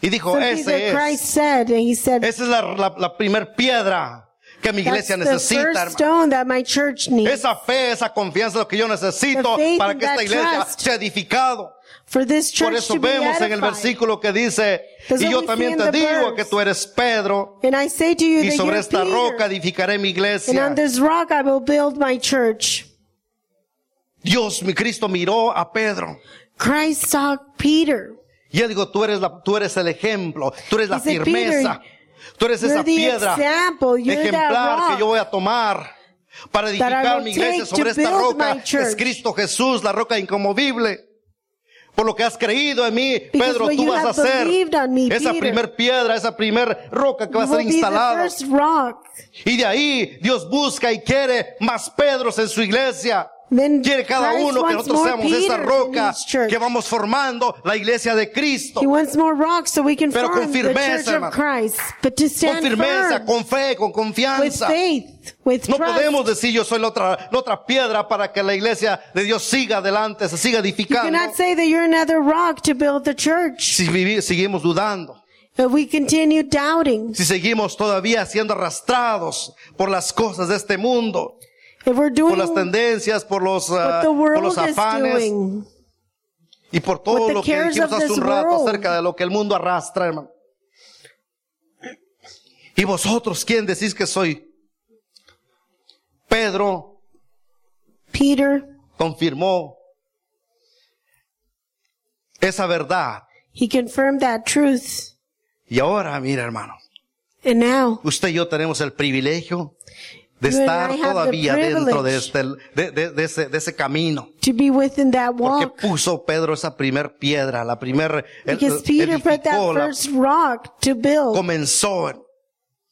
y dijo,
Something
ese
that
es.
Christ said, and he said,
Esa es la, la, la primer piedra que mi
That's
iglesia
the
necesita,
first
hermano.
stone that my church needs
Esa fe, esa confianza es lo que yo necesito
The faith
para
in
que esta
that
iglesia
trust.
sea edificado.
for this
Por
church
eso
to be
vemos en el
edified.
versículo que dice,
That's
y
what
yo
we
también
see
te
in the
digo
verse.
que tú eres Pedro,
And I say to you
y
that
sobre
you're
esta
Peter,
roca "Ah, edificaré mi
and
iglesia.
on this rock I will build my church.
Dios, mi Cristo miró a Pedro
Christ saw Peter.
y él dijo, tú eres la, tú eres el ejemplo, tú eres la
He said,
firmeza, tú eres esa
You're the
piedra
example. You're that
ejemplar
rock.
que yo voy a tomar para edificar
will
mi iglesia
take to
sobre esta
build
roca.
my
Es
church.
Cristo Jesús, la roca inconmovible. Por lo que has creído en mí,
Because
Pedro,
what
tú
you
vas a
have
ser
believed on me,
esa
Peter.
primer piedra, esa primer roca que va a
You will
ser
be the
instalada.
first rock.
Y de ahí Dios busca y quiere más Pedros en su iglesia.
Then
Quiere cada
Christ
uno que
wants
nosotros
more
seamos esa
Peters in
roca
his church.
que vamos formando la iglesia de Cristo.
He wants more rocks so we can
Pero con
form the
firmeza,
church
hermano.
of Christ. But to
Con
stand
firmeza,
firm,
con fe, con
with
confianza.
faith, with
No
trust.
podemos decir yo soy la otra, la otra piedra para que la iglesia de Dios siga adelante, se siga
You
edificando.
cannot say that you're another rock to build the church.
Si vivi- seguimos dudando,
If we continue doubting,
si seguimos todavía siendo arrastrados por las cosas de este mundo,
if we're
por
doing
las
what
tendencias, por los, ah,
the
por
world
los
is
afanes,
doing,
Y por todo
With the
lo que
cares
dijimos
of
hace
this
un rato
world.
acerca de lo que el mundo arrastra, hermano. ¿Y vosotros quién decís que soy? Pedro
Peter,
confirmó esa verdad.
he confirmed that truth.
Y ahora, mira, hermano,
And now
usted y yo tenemos el privilegio de
You and
estar
I have the
todavía dentro de,
privilege.
este, de, de- de ese, de ese camino.
to be within that
Porque
walk.
puso Pedro esa primer piedra, la primer, él-
Because Peter put that
edificó, la-
first rock to build.
comenzó.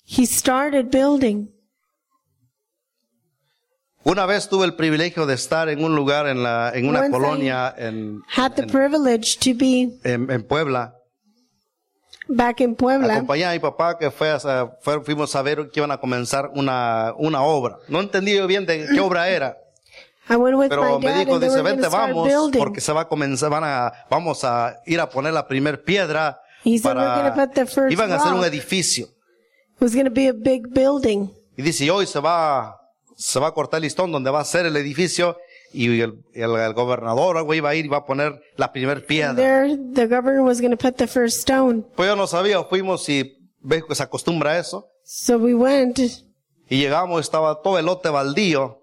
He started building.
Una vez tuve el privilegio de estar en un lugar, en, la, en una
Once I
colonia en,
Had the privilege to be
en, en Puebla.
back in Puebla.
Acompañé a mi papá que fue a- fue- fuimos a ver que iban a comenzar una, una obra. No entendí yo bien de qué obra era,
I went with
pero
my
me
dad
dijo,
and they
dice,
were going
vente,
to start
vamos,
building.
porque se va a comenzar, van a, vamos a ir a poner la primer piedra
He said, "We're
para,
gonna put the first
iban a hacer un
rock."
edificio.
It was going to be a big building.
Y dice, y hoy se va, se va a cortar el listón donde va a ser el edificio y el, el- el gobernador o algo iba a ir y va a poner la primer piedra.
There, the governor was going to put the first stone.
Pues yo no sabía, fuimos y ves que se acostumbra a eso.
So we went.
Y llegamos, estaba todo el lote baldío.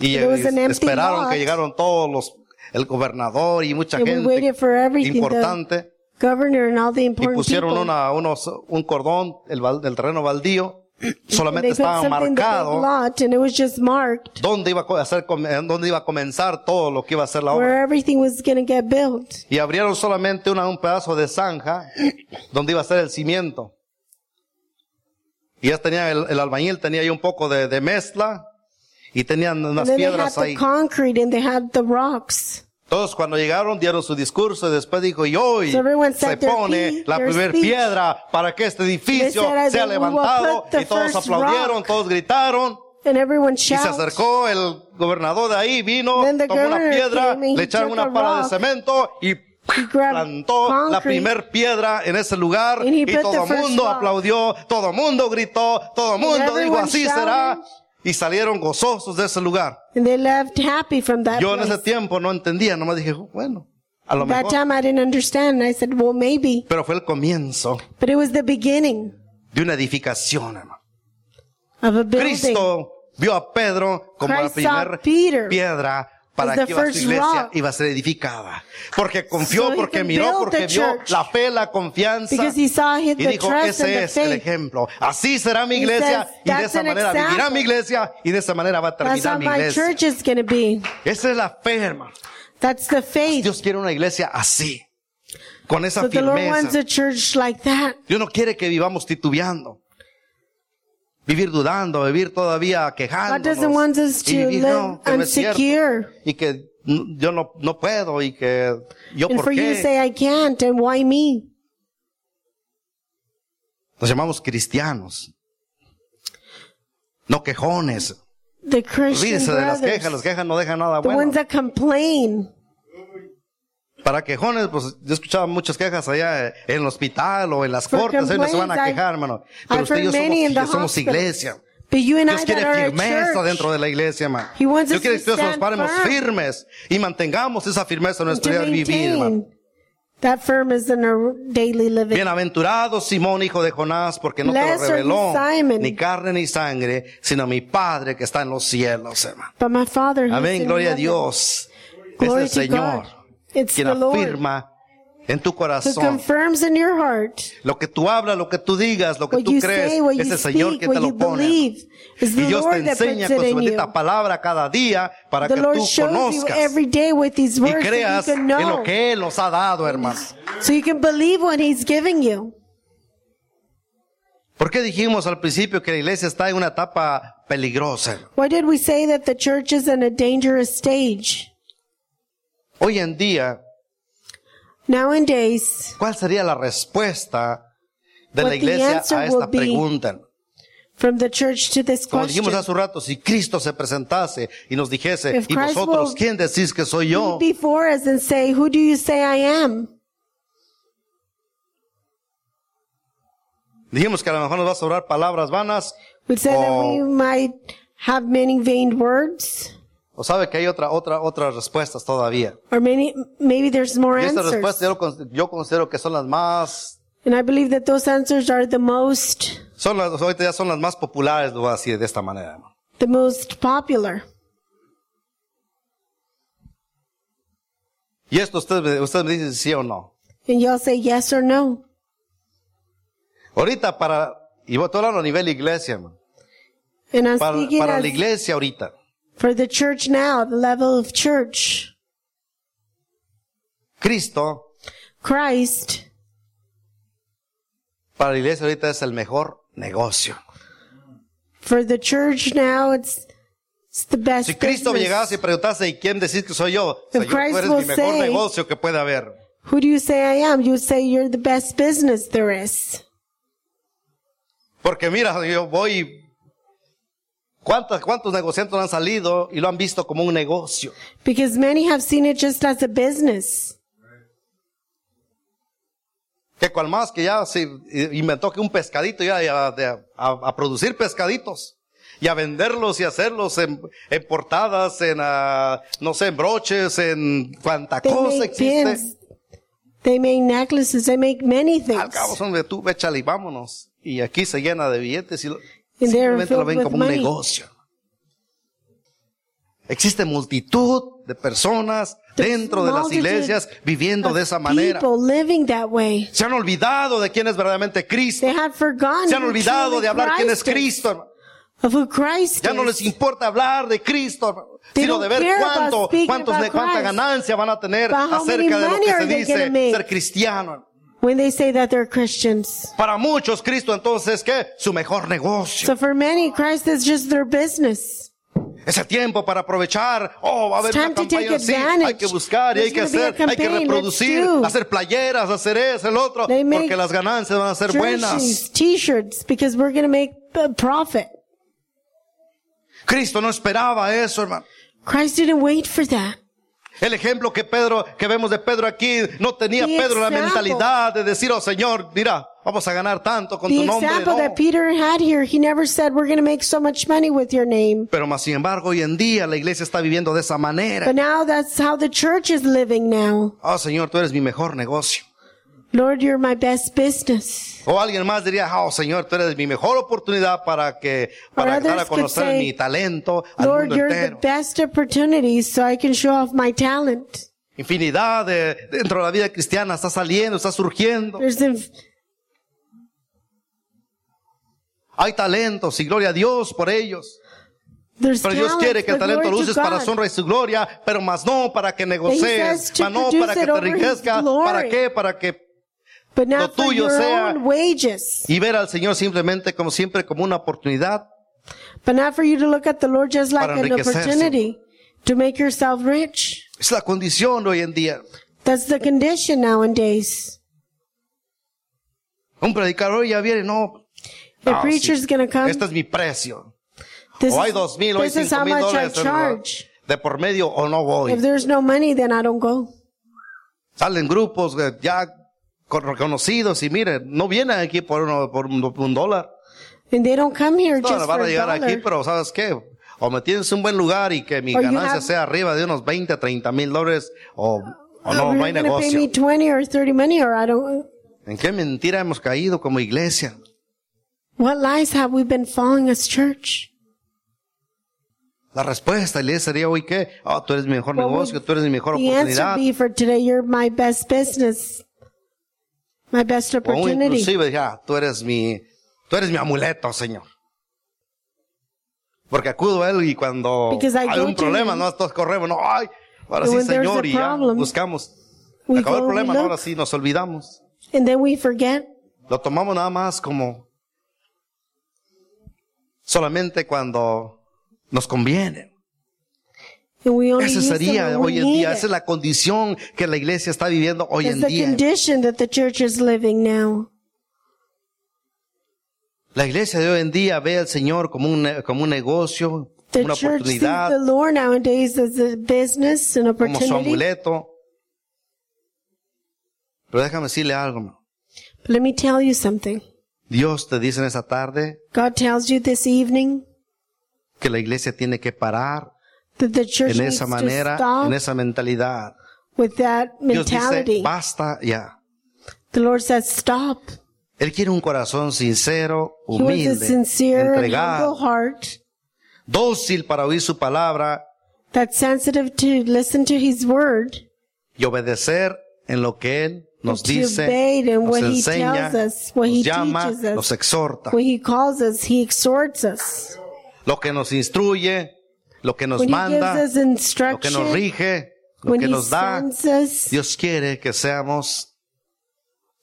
Y
There was an empty
esperaron
lot.
que llegaron todos los, el gobernador y mucha
And we
gente
waited for everything. The
importante.
governor and all the
Y
important
pusieron
people.
una, unos, un cordón el, bal- del terreno baldío. Solamente
they put
estaba
something in the big
marcado
lot and it was just marked
dónde iba, a co- hacer, com- en dónde iba a comenzar todo lo que iba a ser la obra.
where everything was going to get built.
Y abrieron solamente una, un pedazo de zanja donde iba a ser el cimiento. Y ya tenía el, el albañil, tenía ahí un poco de, de mezcla y tenían
And
unas
then they had
piedras
the
ahí.
concrete and they had the rocks.
Todos cuando llegaron dieron su discurso y después dijo, y hoy
So everyone
se
said their
pone
pe-
la
their
primera
speech.
piedra para que este edificio
They said, "I
sea
think we will
levantado.
put the
Y todos
first
aplaudieron,
rock.
todos gritaron.
And everyone
Y se
shouted.
acercó el gobernador de ahí, vino,
Then the
tomó una
governor
piedra,
came and
le
he
echaron
took
una
a
pala de
rock.
cemento y
He grabbed
plantó la
concrete.
primer piedra en ese lugar
And he
y
put
todo
the first
mundo
rock.
aplaudió, todo mundo gritó, todo mundo dijo
everyone
así será
shouted.
y salieron gozosos de ese lugar.
And they left happy from that
Yo en
place.
ese tiempo no entendía, nomás dije, bueno, a lo
That
mejor,
time I didn't understand. I said, well, maybe.
pero fue el comienzo
But it was the beginning
de una edificación, hermano.
of a building.
Cristo vio a Pedro como
Christ saw
la primera
Peter
piedra
as
para
the
que iba a su
first
iglesia
rock.
iba a ser edificada. Porque confió,
So he
porque
can
miró,
build
porque
the
vio
church.
la fe, la confianza.
Because he saw
Y
hit the
dijo,
trust and
ese
the
es el
faith.
ejemplo. Así será mi
He
iglesia
says,
y de
"That's
esa
an
manera vivirá
example.
mi iglesia y de esa manera va a
That's
terminar
how
mi
my
iglesia.
church is going to be.
Esa es la fe, hermano.
That's the faith.
Dios quiere una iglesia así, con esa
But the Lord wants
firmeza.
a church like that.
Dios no quiere que vivamos titubeando, vivir dudando, vivir todavía
God doesn't
quejándonos
want us
y
to
vivir
live
no, que no es cierto,
unsecure.
y que n- yo no, no puedo y que yo
And
por
for you to
qué.
say, I can't, and why me?
Nos llamamos cristianos, no quejones.
The Christian
Olvídense de las quejas, las
brothers,
quejas no dejan nada
the
bueno.
ones that complain.
Para quejones, pues yo escuchaba muchas quejas allá eh, en el hospital o en las
For
cortes, ahí no se van a
complaints, I-
quejar, hermano. Pero
I've
usted y yo
heard
somos,
many in the
iglesia, somos
hospital.
iglesia.
But you and
Dios
I that
quiere
are
firmeza
at
dentro
church,
de la iglesia, hermano.
He wants
Yo
us
quiero que
to
Dios nos
stand
paremos
firm.
firmes y mantengamos esa firmeza en nuestro
to
diario vivir, hermano.
maintain that firm is in our daily living.
Bienaventurado Simón, hijo de Jonás, porque no te lo
Blessed
reveló
is Simon.
ni carne ni sangre, sino mi Padre que está en los cielos, hermano.
But my Father, who's
Amén,
in
gloria a
heaven,
Dios.
glory
es el
to
Señor
God. It's
quien
the Lord
afirma en tu
who
corazón
confirms in your heart
Lo que tú hablas, lo que tú digas, lo que
what
tú
you
crees,
say, what
es
you
el Señor
speak,
que te
what you
lo pone.
believe. It's
Y
the
Dios te
Lord that
enseña
puts
con
it
su
in you.
bendita palabra cada día para
The
que
Lord
tú
shows you
conozcas
every day with these
y
words
creas
so you can
en lo
know.
que Él nos ha dado, hermano.
So you can believe what He's giving you.
¿Por qué dijimos al principio que la iglesia está en una etapa peligrosa?
Why did we say that the church is in a dangerous stage?
Hoy en día,
Nowadays,
¿cuál sería la respuesta de la
What the
iglesia
answer
a esta
will be
pregunta?
from the church to this
Como
question,
dijimos hace un rato, si Cristo se presentase y nos dijese,
If
¿y
Christ
vosotros
will
quién decís que soy yo?
Be before us and say, Who do you say I am?
Dijimos que a lo mejor nos va a sobrar palabras vanas
We'd say
Oh.
that we might have many vain words,
O sabe que hay otra, otra, otras respuestas todavía.
or many, maybe there's more
Y estas
answers.
respuestas yo, lo con- yo considero que son las más,
And I believe that those answers are the most,
son las, ahorita ya son las más populares, lo voy a decir de esta manera. ¿no?
the most popular.
Y esto usted, me- usted me dice si sí o no.
And y'all say yes or no.
Ahorita para, y voy a hablar a nivel iglesia, ¿no?
And I'm
para,
speaking
para la
as,
iglesia ahorita.
for the church now, the level of church.
Cristo
Christ
para la iglesia ahorita es el mejor negocio.
for the church now, it's, it's the best
Si Cristo
business.
llegase y preguntase, ¿y quién decís que soy yo?
If
Señor, tú
Christ
eres mi
will
mejor
say-
negocio que puede haber.
Who do you say I am? You would say you're the best business there is.
Porque mira, yo voy. ¿Cuántas, ¿Cuántos negociantes han salido y lo han visto como un negocio?
Because many have seen it just as a business.
Que cual más que ya se inventó que un pescadito ya ya de- a, a producir pescaditos y a venderlos y hacerlos en, en portadas, en ah, no sé, en broches, en cuanta
They
cosa
make pins.
existe.
They make necklaces. They make many
Al
things.
cabo son de tú, échale y vámonos. Y aquí se llena de billetes y lo,
they're
simplemente lo
filled
ven
with
como un
money.
negocio. Existe multitud de personas
There's
dentro de las
multitude
iglesias viviendo de esa manera.
People living that way.
Se han olvidado de quién es verdaderamente Cristo.
They have forgotten.
Se han
who
olvidado
truly
de hablar quién es
Christ is,
Cristo. hermano.
Of who Christ
Ya no
is.
les importa hablar de Cristo, hermano,
They
sino
don't
de ver
care about
cuánto,
speaking
cuántos,
about
cuánta
Christ.
ganancia van a tener
But how many
acerca de lo
money
que se
are they
dice
gonna make?
ser cristiano.
When they say that they're Christians.
Para muchos Cristo entonces ¿qué? su mejor negocio.
So for many, Christ is just their business.
Es el tiempo para aprovechar. Oh, va a haber
It's
una
time to take
campaña así.
advantage.
Hay que buscar y hay
There's
que
gonna be a
hacer, hay que
campaign. Let's
reproducir,
do.
hacer playeras, hacer eso, el otro,
They make
porque las ganancias van a ser buenas.
Jerseys, t-shirts, because we're going to make a profit.
Cristo no esperaba eso, hermano.
Christ didn't wait for that.
El ejemplo que Pedro, que vemos de Pedro aquí, no tenía
The
Pedro la
example.
mentalidad de decir, oh Señor, mira, vamos a ganar tanto con
The
tu nombre.
example
no.
that Peter had here, he never said, we're going to make so much money with your name.
Pero más sin embargo, hoy en día la iglesia está viviendo de esa manera.
But now that's how the church is living now.
Oh Señor, tú eres mi mejor negocio.
Lord, you're my best business.
O alguien más diría, oh Señor, tú eres mi mejor oportunidad para que, para
others
dar a
could
conocer
say,
mi talento al
Lord,
mundo
you're the
entero.
best opportunity so I can show off my talent.
Infinidad de, dentro de la vida cristiana está saliendo, está surgiendo.
There's inf-
Hay talentos y gloria a Dios por ellos.
there's
Pero Dios
talents,
quiere que el
but
talento lo
glory to
uses para
God.
su honra y su gloria, pero más no para que negocies,
says to
más no
produce
para que
it
te
over his
enriquezcas,
glory.
para qué, para que
But not
lo
for
tuyo
your
sea-
own wages.
y ver al Señor simplemente como siempre como una oportunidad
But not for you to look at the Lord just like
Para
an
enriquecerse.
opportunity to make yourself rich.
es la condición de hoy en día.
That's the condition nowadays.
Un predicador ya viene, no,
The
Ah, sí.
preacher's gonna come.
este es mi precio.
This,
O hay
is-
dos mil, o hay
this is
cinco
how
mil
much I
dólares hermano,
charge.
de por medio o no
If
voy.
there's no money, then I don't go.
Salen grupos eh, ya con- reconocidos y miren, no vienen aquí por, uno, por un, un dólar.
And they don't come here
No,
just
van
for
a
a
llegar aquí,
dollar.
pero ¿sabes qué? O me tienes un buen lugar y que mi
Or you
ganancia
have-
sea arriba de unos 20 a 30 mil dólares o, o
Oh,
no, no
you're
hay
gonna pay me
negocio.
20 or 30 money or I don't.
¿En qué mentira hemos caído como iglesia?
What lies have we been following as church?
La respuesta, iglesia, sería hoy que, oh, tú eres mi mejor
What
negocio,
would
tú eres mi mejor
The answer
oportunidad.
be for today, you're my best business. My best
O aún
opportunity.
inclusive, ya, tú eres mi, tú eres mi amuleto, Señor. Porque acudo a él y cuando
Because I
hay
go
un
to
problema,
him.
no, todos corremos, no, ay, ahora
And
sí,
when there's a
Señor, y ya,
problem,
buscamos.
we
Acabó el
go, we
problema, no,
look.
ahora sí, nos olvidamos.
And then we forget.
Lo tomamos nada más como solamente cuando nos conviene.
And we only
Esa
use them
sería
when we
hoy en
need
día,
it.
esa es la condición que la iglesia está viviendo hoy
That's
en
the
día.
condition that the church is living now.
La iglesia de hoy en día ve al Señor como un, ne- como un negocio,
The
como una
church sees the
oportunidad,
Lord nowadays as a business, an
como su
opportunity.
amuleto. Pero déjame decirle algo. hermano.
But let me tell you something.
Dios te dice en esa tarde
God tells you this evening
que la iglesia tiene que parar
that the church
en
needs
esa
to
manera,
stop
en esa mentalidad.
with that
Dios dice,
mentality.
basta ya.
The Lord says, stop.
Él quiere un corazón sincero,
He wants a
humilde,
sincere and humble
entregado,
heart
dócil para oír su palabra
that's sensitive to listen to His word,
y obedecer en lo que Él nos
To obey
dice,
in
nos
what he
enseña,
tells us, what he
nos llama,
teaches us.
nos exhorta.
When He calls us, He exhorts us.
lo que nos instruye, lo que nos
When he gives
manda,
us
lo que nos
instruction,
rige, lo
when
que
he
nos da.
sends us,
Dios quiere que seamos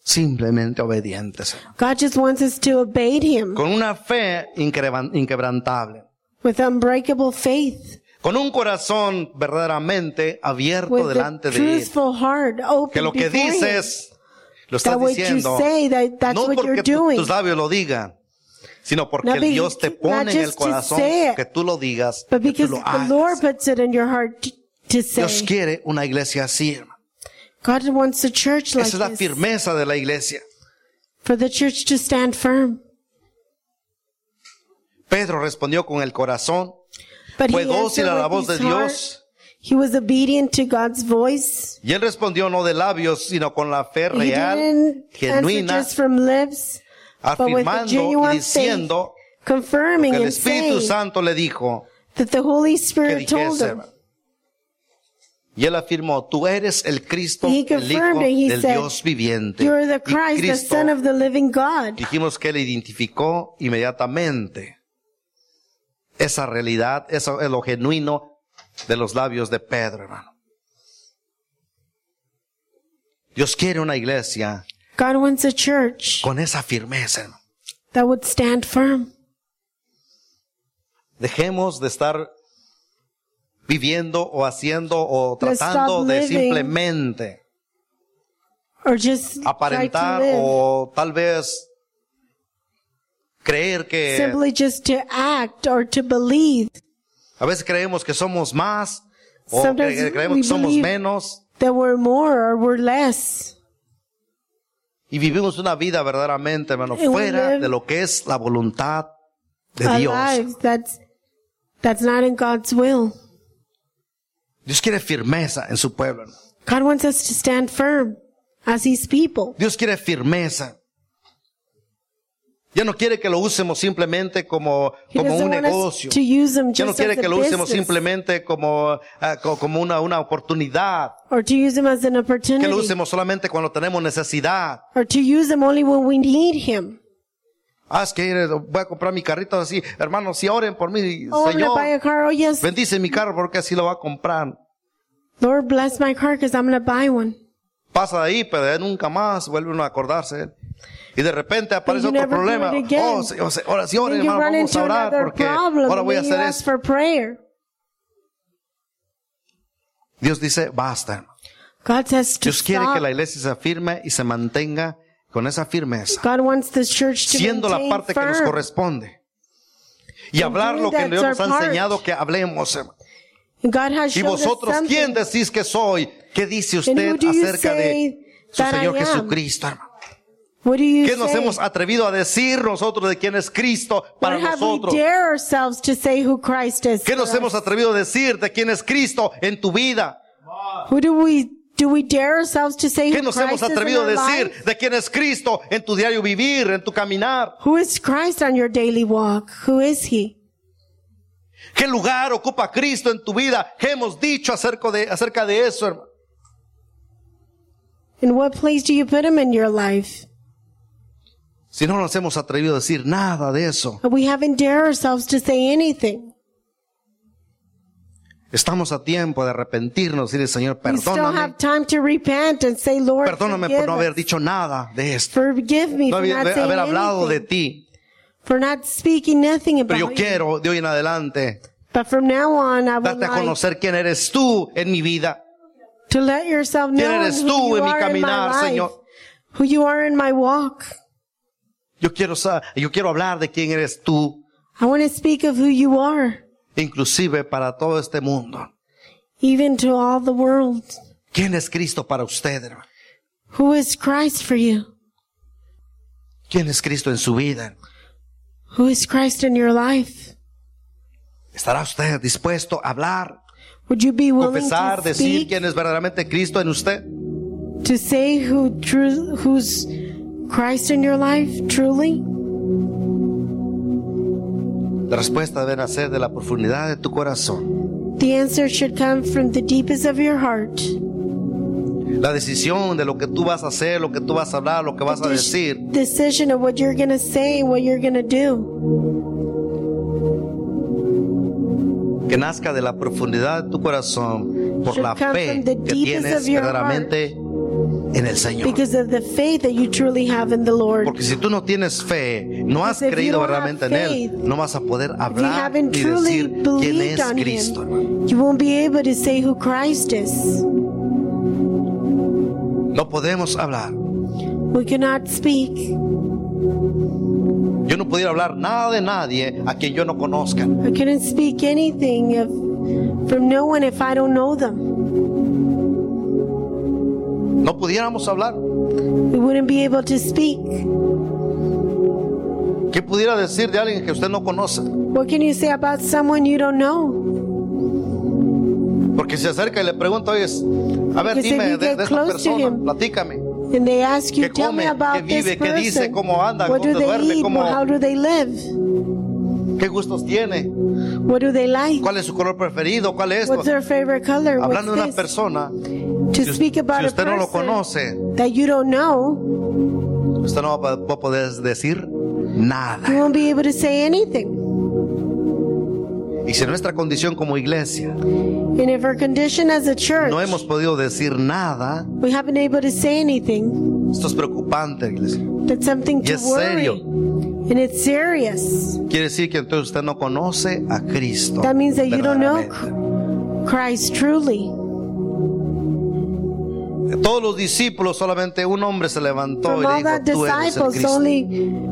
simplemente obedientes.
God just wants us to obey him
Con una fe inquebran- inquebrantable.
with unbreakable faith,
Con un corazón verdaderamente abierto
with
delante
a
de Él.
truthful heart
Que
open
lo que
before him.
dices, lo estás
That what you
diciendo.
say, that, that's
No
what
porque
you're
tu-
doing.
tus labios lo digan, sino porque
Not be-
Dios te
not
pone en el
just to
corazón
say it,
que tú lo digas,
But
que tú
because
lo
the
hagas.
Lord puts it in your heart t- to
Dios
say,
quiere una iglesia así, hermano.
God wants a church like
Esa es la
this,
firmeza de la iglesia.
for the church to stand firm.
Pedro respondió con el corazón,
But he
fue dócil a
answered
la
with
voz de
his heart.
Dios,
He was obedient to God's voice.
y él respondió no de labios, sino con la fe
He
real,
didn't answer
genuina,
just from lips, but with a
afirmando y
genuine faith,
diciendo que
confirming
el
and
Espíritu
saying
Santo le dijo
that the Holy
que
Spirit told
dijese.
him.
Y él afirmó, tú eres el Cristo, el
He
Hijo
confirmed it. He
del
said,
Dios viviente.
You're the
Y
Christ, the
Cristo
Son of the living God.
dijimos que él identificó inmediatamente esa realidad, eso es lo genuino de los labios de Pedro, hermano. Dios quiere una iglesia
God wants a church
con esa firmeza. hermano.
that would stand firm.
Dejemos de estar viviendo o haciendo o
Let's stop
tratando de
living.
simplemente
Or just try to
aparentar
live.
o tal vez creer que
Simply just to act or to believe
A veces creemos que somos más o
Sometimes
cre- creemos
we
que somos
believe-
menos
that we're more or we're less.
y vivimos una vida verdaderamente, hermano,
And we
fuera
live
de lo que es la voluntad de
Our
Dios.
lives, that's, that's not in God's will.
Dios quiere firmeza en su pueblo. hermano.
God wants us to stand firm as His people.
Dios quiere firmeza. Ya no quiere que lo usemos simplemente como,
He
como
doesn't
un
want
negocio.
us to use them
Ya no
just
quiere
as a
que lo usemos
business
simplemente como, ah, co- como una, una oportunidad.
or to use them as an
Que lo
opportunity
usemos solamente cuando tenemos necesidad.
or to use them only when we need Him.
Ah, es que voy a comprar mi carrito así. Hermano, si oren por mí,
Oh, I'm going to
Señor.
buy a car. Oh, yes.
Bendice mi carro porque así lo va a comprar.
Lord, bless my car because I'm going to buy one.
Pasa de ahí, pero ya nunca más vuelve uno a acordarse. Y de repente aparece
you
otro
never do
problema.
it again.
Oh, se- o se- ahora sí, ahora
Then you
hermano,
run
vamos
into
a orar
another
porque
problem.
ahora voy a
and then
hacer
you ask
esto.
for prayer.
Dios dice, basta. hermano.
God says to
Dios quiere que la
stop.
iglesia se afirme y se mantenga con esa firmeza,
God wants this church to
siendo la
maintain
parte que
firm.
nos corresponde. Y hablar lo que
that's
Dios nos ha
our part.
enseñado que hablemos. hermano.
God has
Y
shown us
vosotros, ¿quién
something.
decís que soy? ¿Qué dice
And who
usted
do you
acerca
say
de su
that I
Señor
am?
Jesucristo, hermano?
What do you
¿Qué nos
say?
hemos atrevido a decir nosotros de quién es Cristo para
what have
nosotros?
we dare ourselves to say who Christ is?
¿Qué
for
nos
us?
hemos atrevido a decir de quién es Cristo en tu vida?
Who do we do we dare ourselves to say
¿Qué
who
nos
Christ
hemos atrevido a
is in our
decir
life?
de quién es Cristo en tu diario vivir, en tu caminar?
Who is Christ on your daily walk? Who is he?
¿Qué lugar ocupa Cristo en tu vida? ¿Qué hemos dicho acerca de, acerca de eso, hermano?
In what place do you put him in your life?
Si no nos hemos atrevido a decir nada de eso,
And we haven't dared ourselves to say anything.
estamos a tiempo de arrepentirnos y decir, Señor,
We still
perdóname,
have time to repent and say, Lord,
perdóname
forgive,
por no haber
us.
dicho nada de esto,
forgive me
no
for
haber,
not saying
haber hablado de
anything,
ti,
for not speaking nothing
pero
about
yo
you.
quiero de hoy en adelante
But from now on, I would
Date a
like
conocer quién eres tú en mi vida.
to let yourself know
¿Quién eres
who
tú
you
en mi
are in my
caminar,
life,
Señor?
who you are in my walk.
Yo quiero, sa- yo quiero hablar de quién eres tú,
I want to speak of who you are,
inclusive para todo este mundo.
even to all the world.
¿Quién es Cristo para usted, hermano?
Who is Christ for you?
¿Quién es Cristo en su vida?
Who is Christ in your life?
¿Estará usted dispuesto a hablar,
Would you be willing
confesar,
to
decir
speak,
quién es verdaderamente Cristo en usted?
to say who true, who's Christ in your life truly?
La respuesta debe nacer de la profundidad de tu corazón.
The answer should come from the deepest of your heart.
La decisión de lo que tú vas a hacer, lo que tú vas a hablar, lo que vas a
Dec-
decir,
Decision of what you're going to say, what you're going to do.
que nazca de la profundidad de tu corazón por
Should
la
come
fe
from the
que
deepest
tienes
of your
verdaderamente en el Señor.
because of the faith that you truly have in the Lord.
Porque si tú no tienes fe, no has
Because if
creído
you don't
verdaderamente en
have
Él,
faith,
no vas a poder
If you
hablar
haven't
ni
truly
decir quién es
believed on
Cristo. hermano.
Him, you won't be able to say who Christ is.
No podemos hablar.
We cannot speak.
Yo no pudiera hablar nada de nadie a quien yo no conozca.
I couldn't speak anything if, from no one if I don't know them.
No pudiéramos hablar.
We wouldn't be able to speak.
¿Qué pudiera decir de alguien que usted no conoce?
What can you say about someone you don't know?
Porque se acerca y le pregunta, oye, a ver,
Because if
dime
you
de,
get
de esta
close to
persona,
him,
platícame.
And they ask you,
¿Qué
tell me
come?
about
¿Qué
this
vive? ¿Qué dice?
person.
¿Cómo anda?
What
¿Cómo
do
te
they
duerme?
eat?
¿Cómo-
How do they live?
¿Qué gustos tiene?
What do they like?
¿Cuál es su color preferido? ¿Cuál es esto?
What's their favorite color?
Hablando de una
What's this?
persona, si
To
us-
speak about
si
a
usted no lo
person
conoce,
that you don't know,
usted no va a va a poder decir
you
nada.
won't be able to say anything.
Y si nuestra condición como iglesia
And if our condition as a church,
no hemos podido decir nada,
we haven't been able to say anything,
esto es preocupante, iglesia.
that's something
Y
to
es
worry.
serio.
And it's serious.
Quiere decir que entonces usted no conoce a Cristo.
That means that you don't know
verdaderamente.
Christ truly.
De todos los discípulos, solamente un hombre se levantó
From
y
all
le
that
dijo, tú eres el
disciples,
Cristo.
only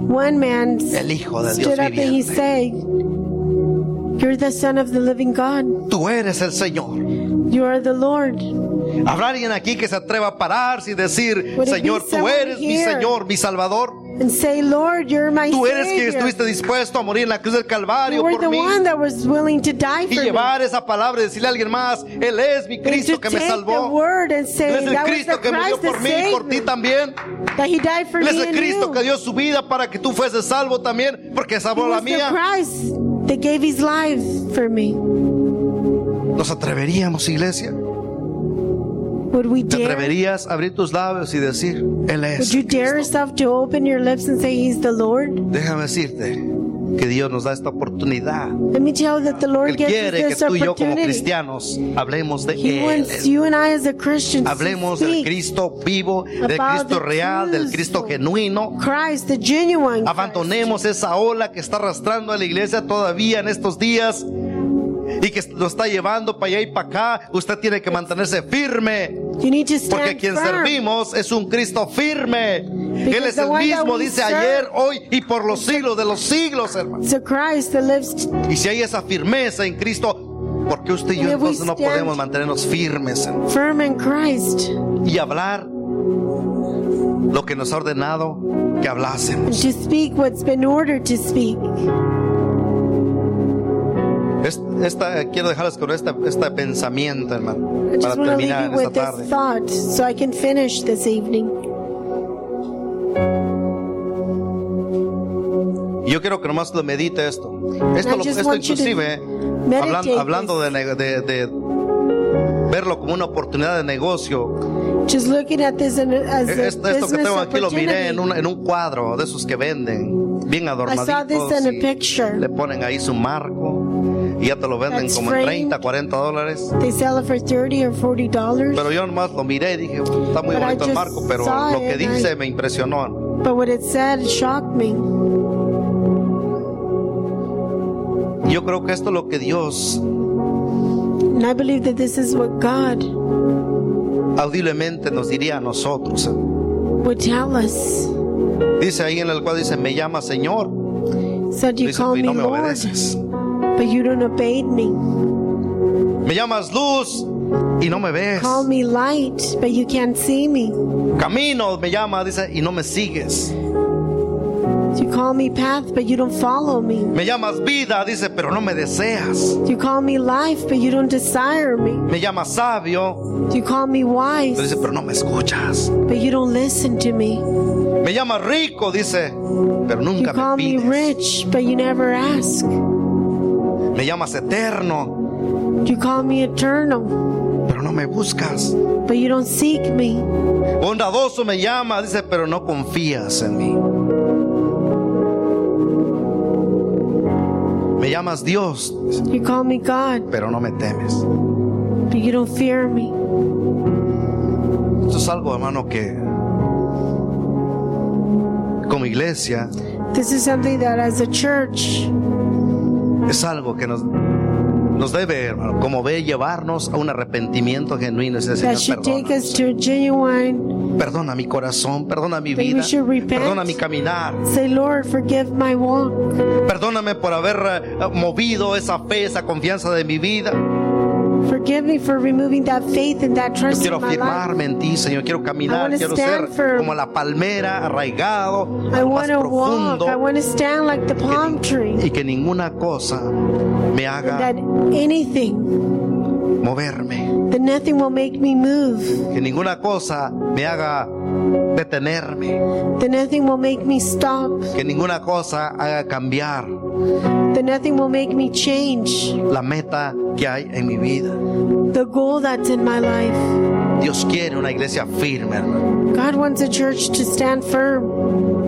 one man
El Hijo del Dios
stood up and he
viviente.
said, You're the Son of the living God.
Tú eres el Señor.
You are the Lord.
¿Habrá alguien aquí que se atreva a pararse y decir,
Would it be
Señor, tú
someone
eres mi
here?
Señor, mi Salvador?
And say, Lord, you're my
Tú eres quien
Savior.
estuviste dispuesto a morir en la cruz del Calvario
You were
por
the
mí.
one that was willing to die
Y
for me.
llevar esa palabra y decirle a alguien más, Él es mi
And
Cristo
to
que me
take the
salvó.
word and
Él
say
es el
that was the
Cristo que murió
Christ
por
that
mí y por
saved
ti
me,
también.
that he died for
Él es
me
el
and
Cristo
you.
que dio su vida para que tú fueses salvo también, porque
He
salvó la
was the
mía.
Christ that gave his life for me.
¿Nos atreveríamos, iglesia?
Would we
¿Te
dare?
atreverías a abrir tus labios y decir, Él
Would
es?
you dare
Cristo"?
yourself to open your lips and say he's the Lord?
Déjame decirte que Dios nos da esta oportunidad.
Let me tell you that the
Él
Lord gives us
quiere que
this
tú y yo como
opportunity.
cristianos hablemos de
He wants
Él.
you and I as a Christian to
Hablemos del
speak
Cristo vivo, del
about
Cristo
the
real, del Cristo
truth.
genuino.
Christ, the genuine Christ.
Abandonemos esa ola que está arrastrando a la iglesia todavía en estos días y que nos está llevando para allá y para acá. Usted tiene que mantenerse firme
You need to
porque
stand
quien
firm.
servimos es un Cristo firme. Él es
the
el
one that
mismo,
we
dice
serve
ayer, hoy y por los siglos de los siglos, hermano.
It's a Christ that lives.
Y si hay esa firmeza en Cristo, ¿por qué usted y yo
May we
entonces no
stand
podemos mantenernos firmes hermano?
firm in Christ
y hablar lo que nos ha ordenado que hablásemos?
and to speak what's been ordered to speak.
Es- Esta, eh, quiero dejarles con este, este pensamiento,
I
hermano, para
just want to leave
terminar
you
en esta
with
tarde.
this thought so I can finish this evening.
Yo quiero que nomás lo medite esto. Esto,
I
lo,
just
esto
want you to
inclusive, eh,
meditate
hablan-
this.
hablando de, ne- de- de verlo como una oportunidad de negocio,
Just looking at this in- as
eh,
a
esto, esto que
business
tengo aquí lo miré en
opportunity.
un, en un cuadro de esos que venden, bien
I saw
adornaditos.
this in
y
a picture.
le ponen ahí su marco y ya te lo venden
That's
como en
framed.
30, 40 dólares.
They sell it for thirty or forty dollars.
Pero yo nomás lo miré y dije, está muy
But I
bonito el
just
marco, pero
saw
lo que
it and I-
dice me impresionó. hermano.
But what it said shocked me.
Yo creo que esto es lo que Dios
And I believe that this is what God
audiblemente nos diría a nosotros.
would tell us.
Dice ahí en el cuadro, dice, me llama Señor.
Said you
Dice,
call
"Tú y
me
no me
Lord,
obedeces.
but you don't obey me.
Me llamas luz y no me ves.
Call me light, but you can't see me.
Camino me llama, dice, y no me sigues.
You call me path, but you don't follow me.
Me llamas vida, dice, pero no me deseas.
You call me life, but you don't desire me.
Me llamas sabio,
You call me
pero
wise,
dice, pero no me escuchas.
but you don't listen to me.
Me llamas rico, dice, pero
You
nunca
call
me
me
pides.
rich, but you never ask.
Me llamas eterno,
You call me eternal,
pero no me buscas.
but you don't seek me.
Bondadoso me llama, dice, pero no confías en mí. Me llamas Dios,
You call me God,
pero no me temes.
but you don't fear me.
Esto es algo, hermano, que como iglesia
This is something that as a church,
es algo que nos, nos debe, hermano, como ve, llevarnos a un arrepentimiento genuino. Es decir,
that
Señor,
should take
perdona,
us to a genuine,
perdona mi corazón, perdona mi
That we
vida,
should repent.
perdona mi caminar.
say, Lord, forgive my walk.
Perdóname por haber eh, movido esa fe, esa confianza de mi vida.
Forgive me for removing that faith and that trust
Quiero
in my life.
afirmarme en ti, Señor. Quiero
Pues I
caminar,
wanna
quiero ser
stand firm.
como la palmera arraigado,
I
al
want
más
to walk.
profundo
I want to stand like the palm tree.
y que ninguna cosa me haga
That anything,
moverme,
that nothing will make me move.
que ninguna cosa me haga detenerme,
That nothing will make me stop.
que ninguna cosa haga cambiar
That nothing will make me change
la meta que hay en mi vida.
the goal that's in my life.
Dios quiere una iglesia firme, hermano.
God wants a church to stand firm.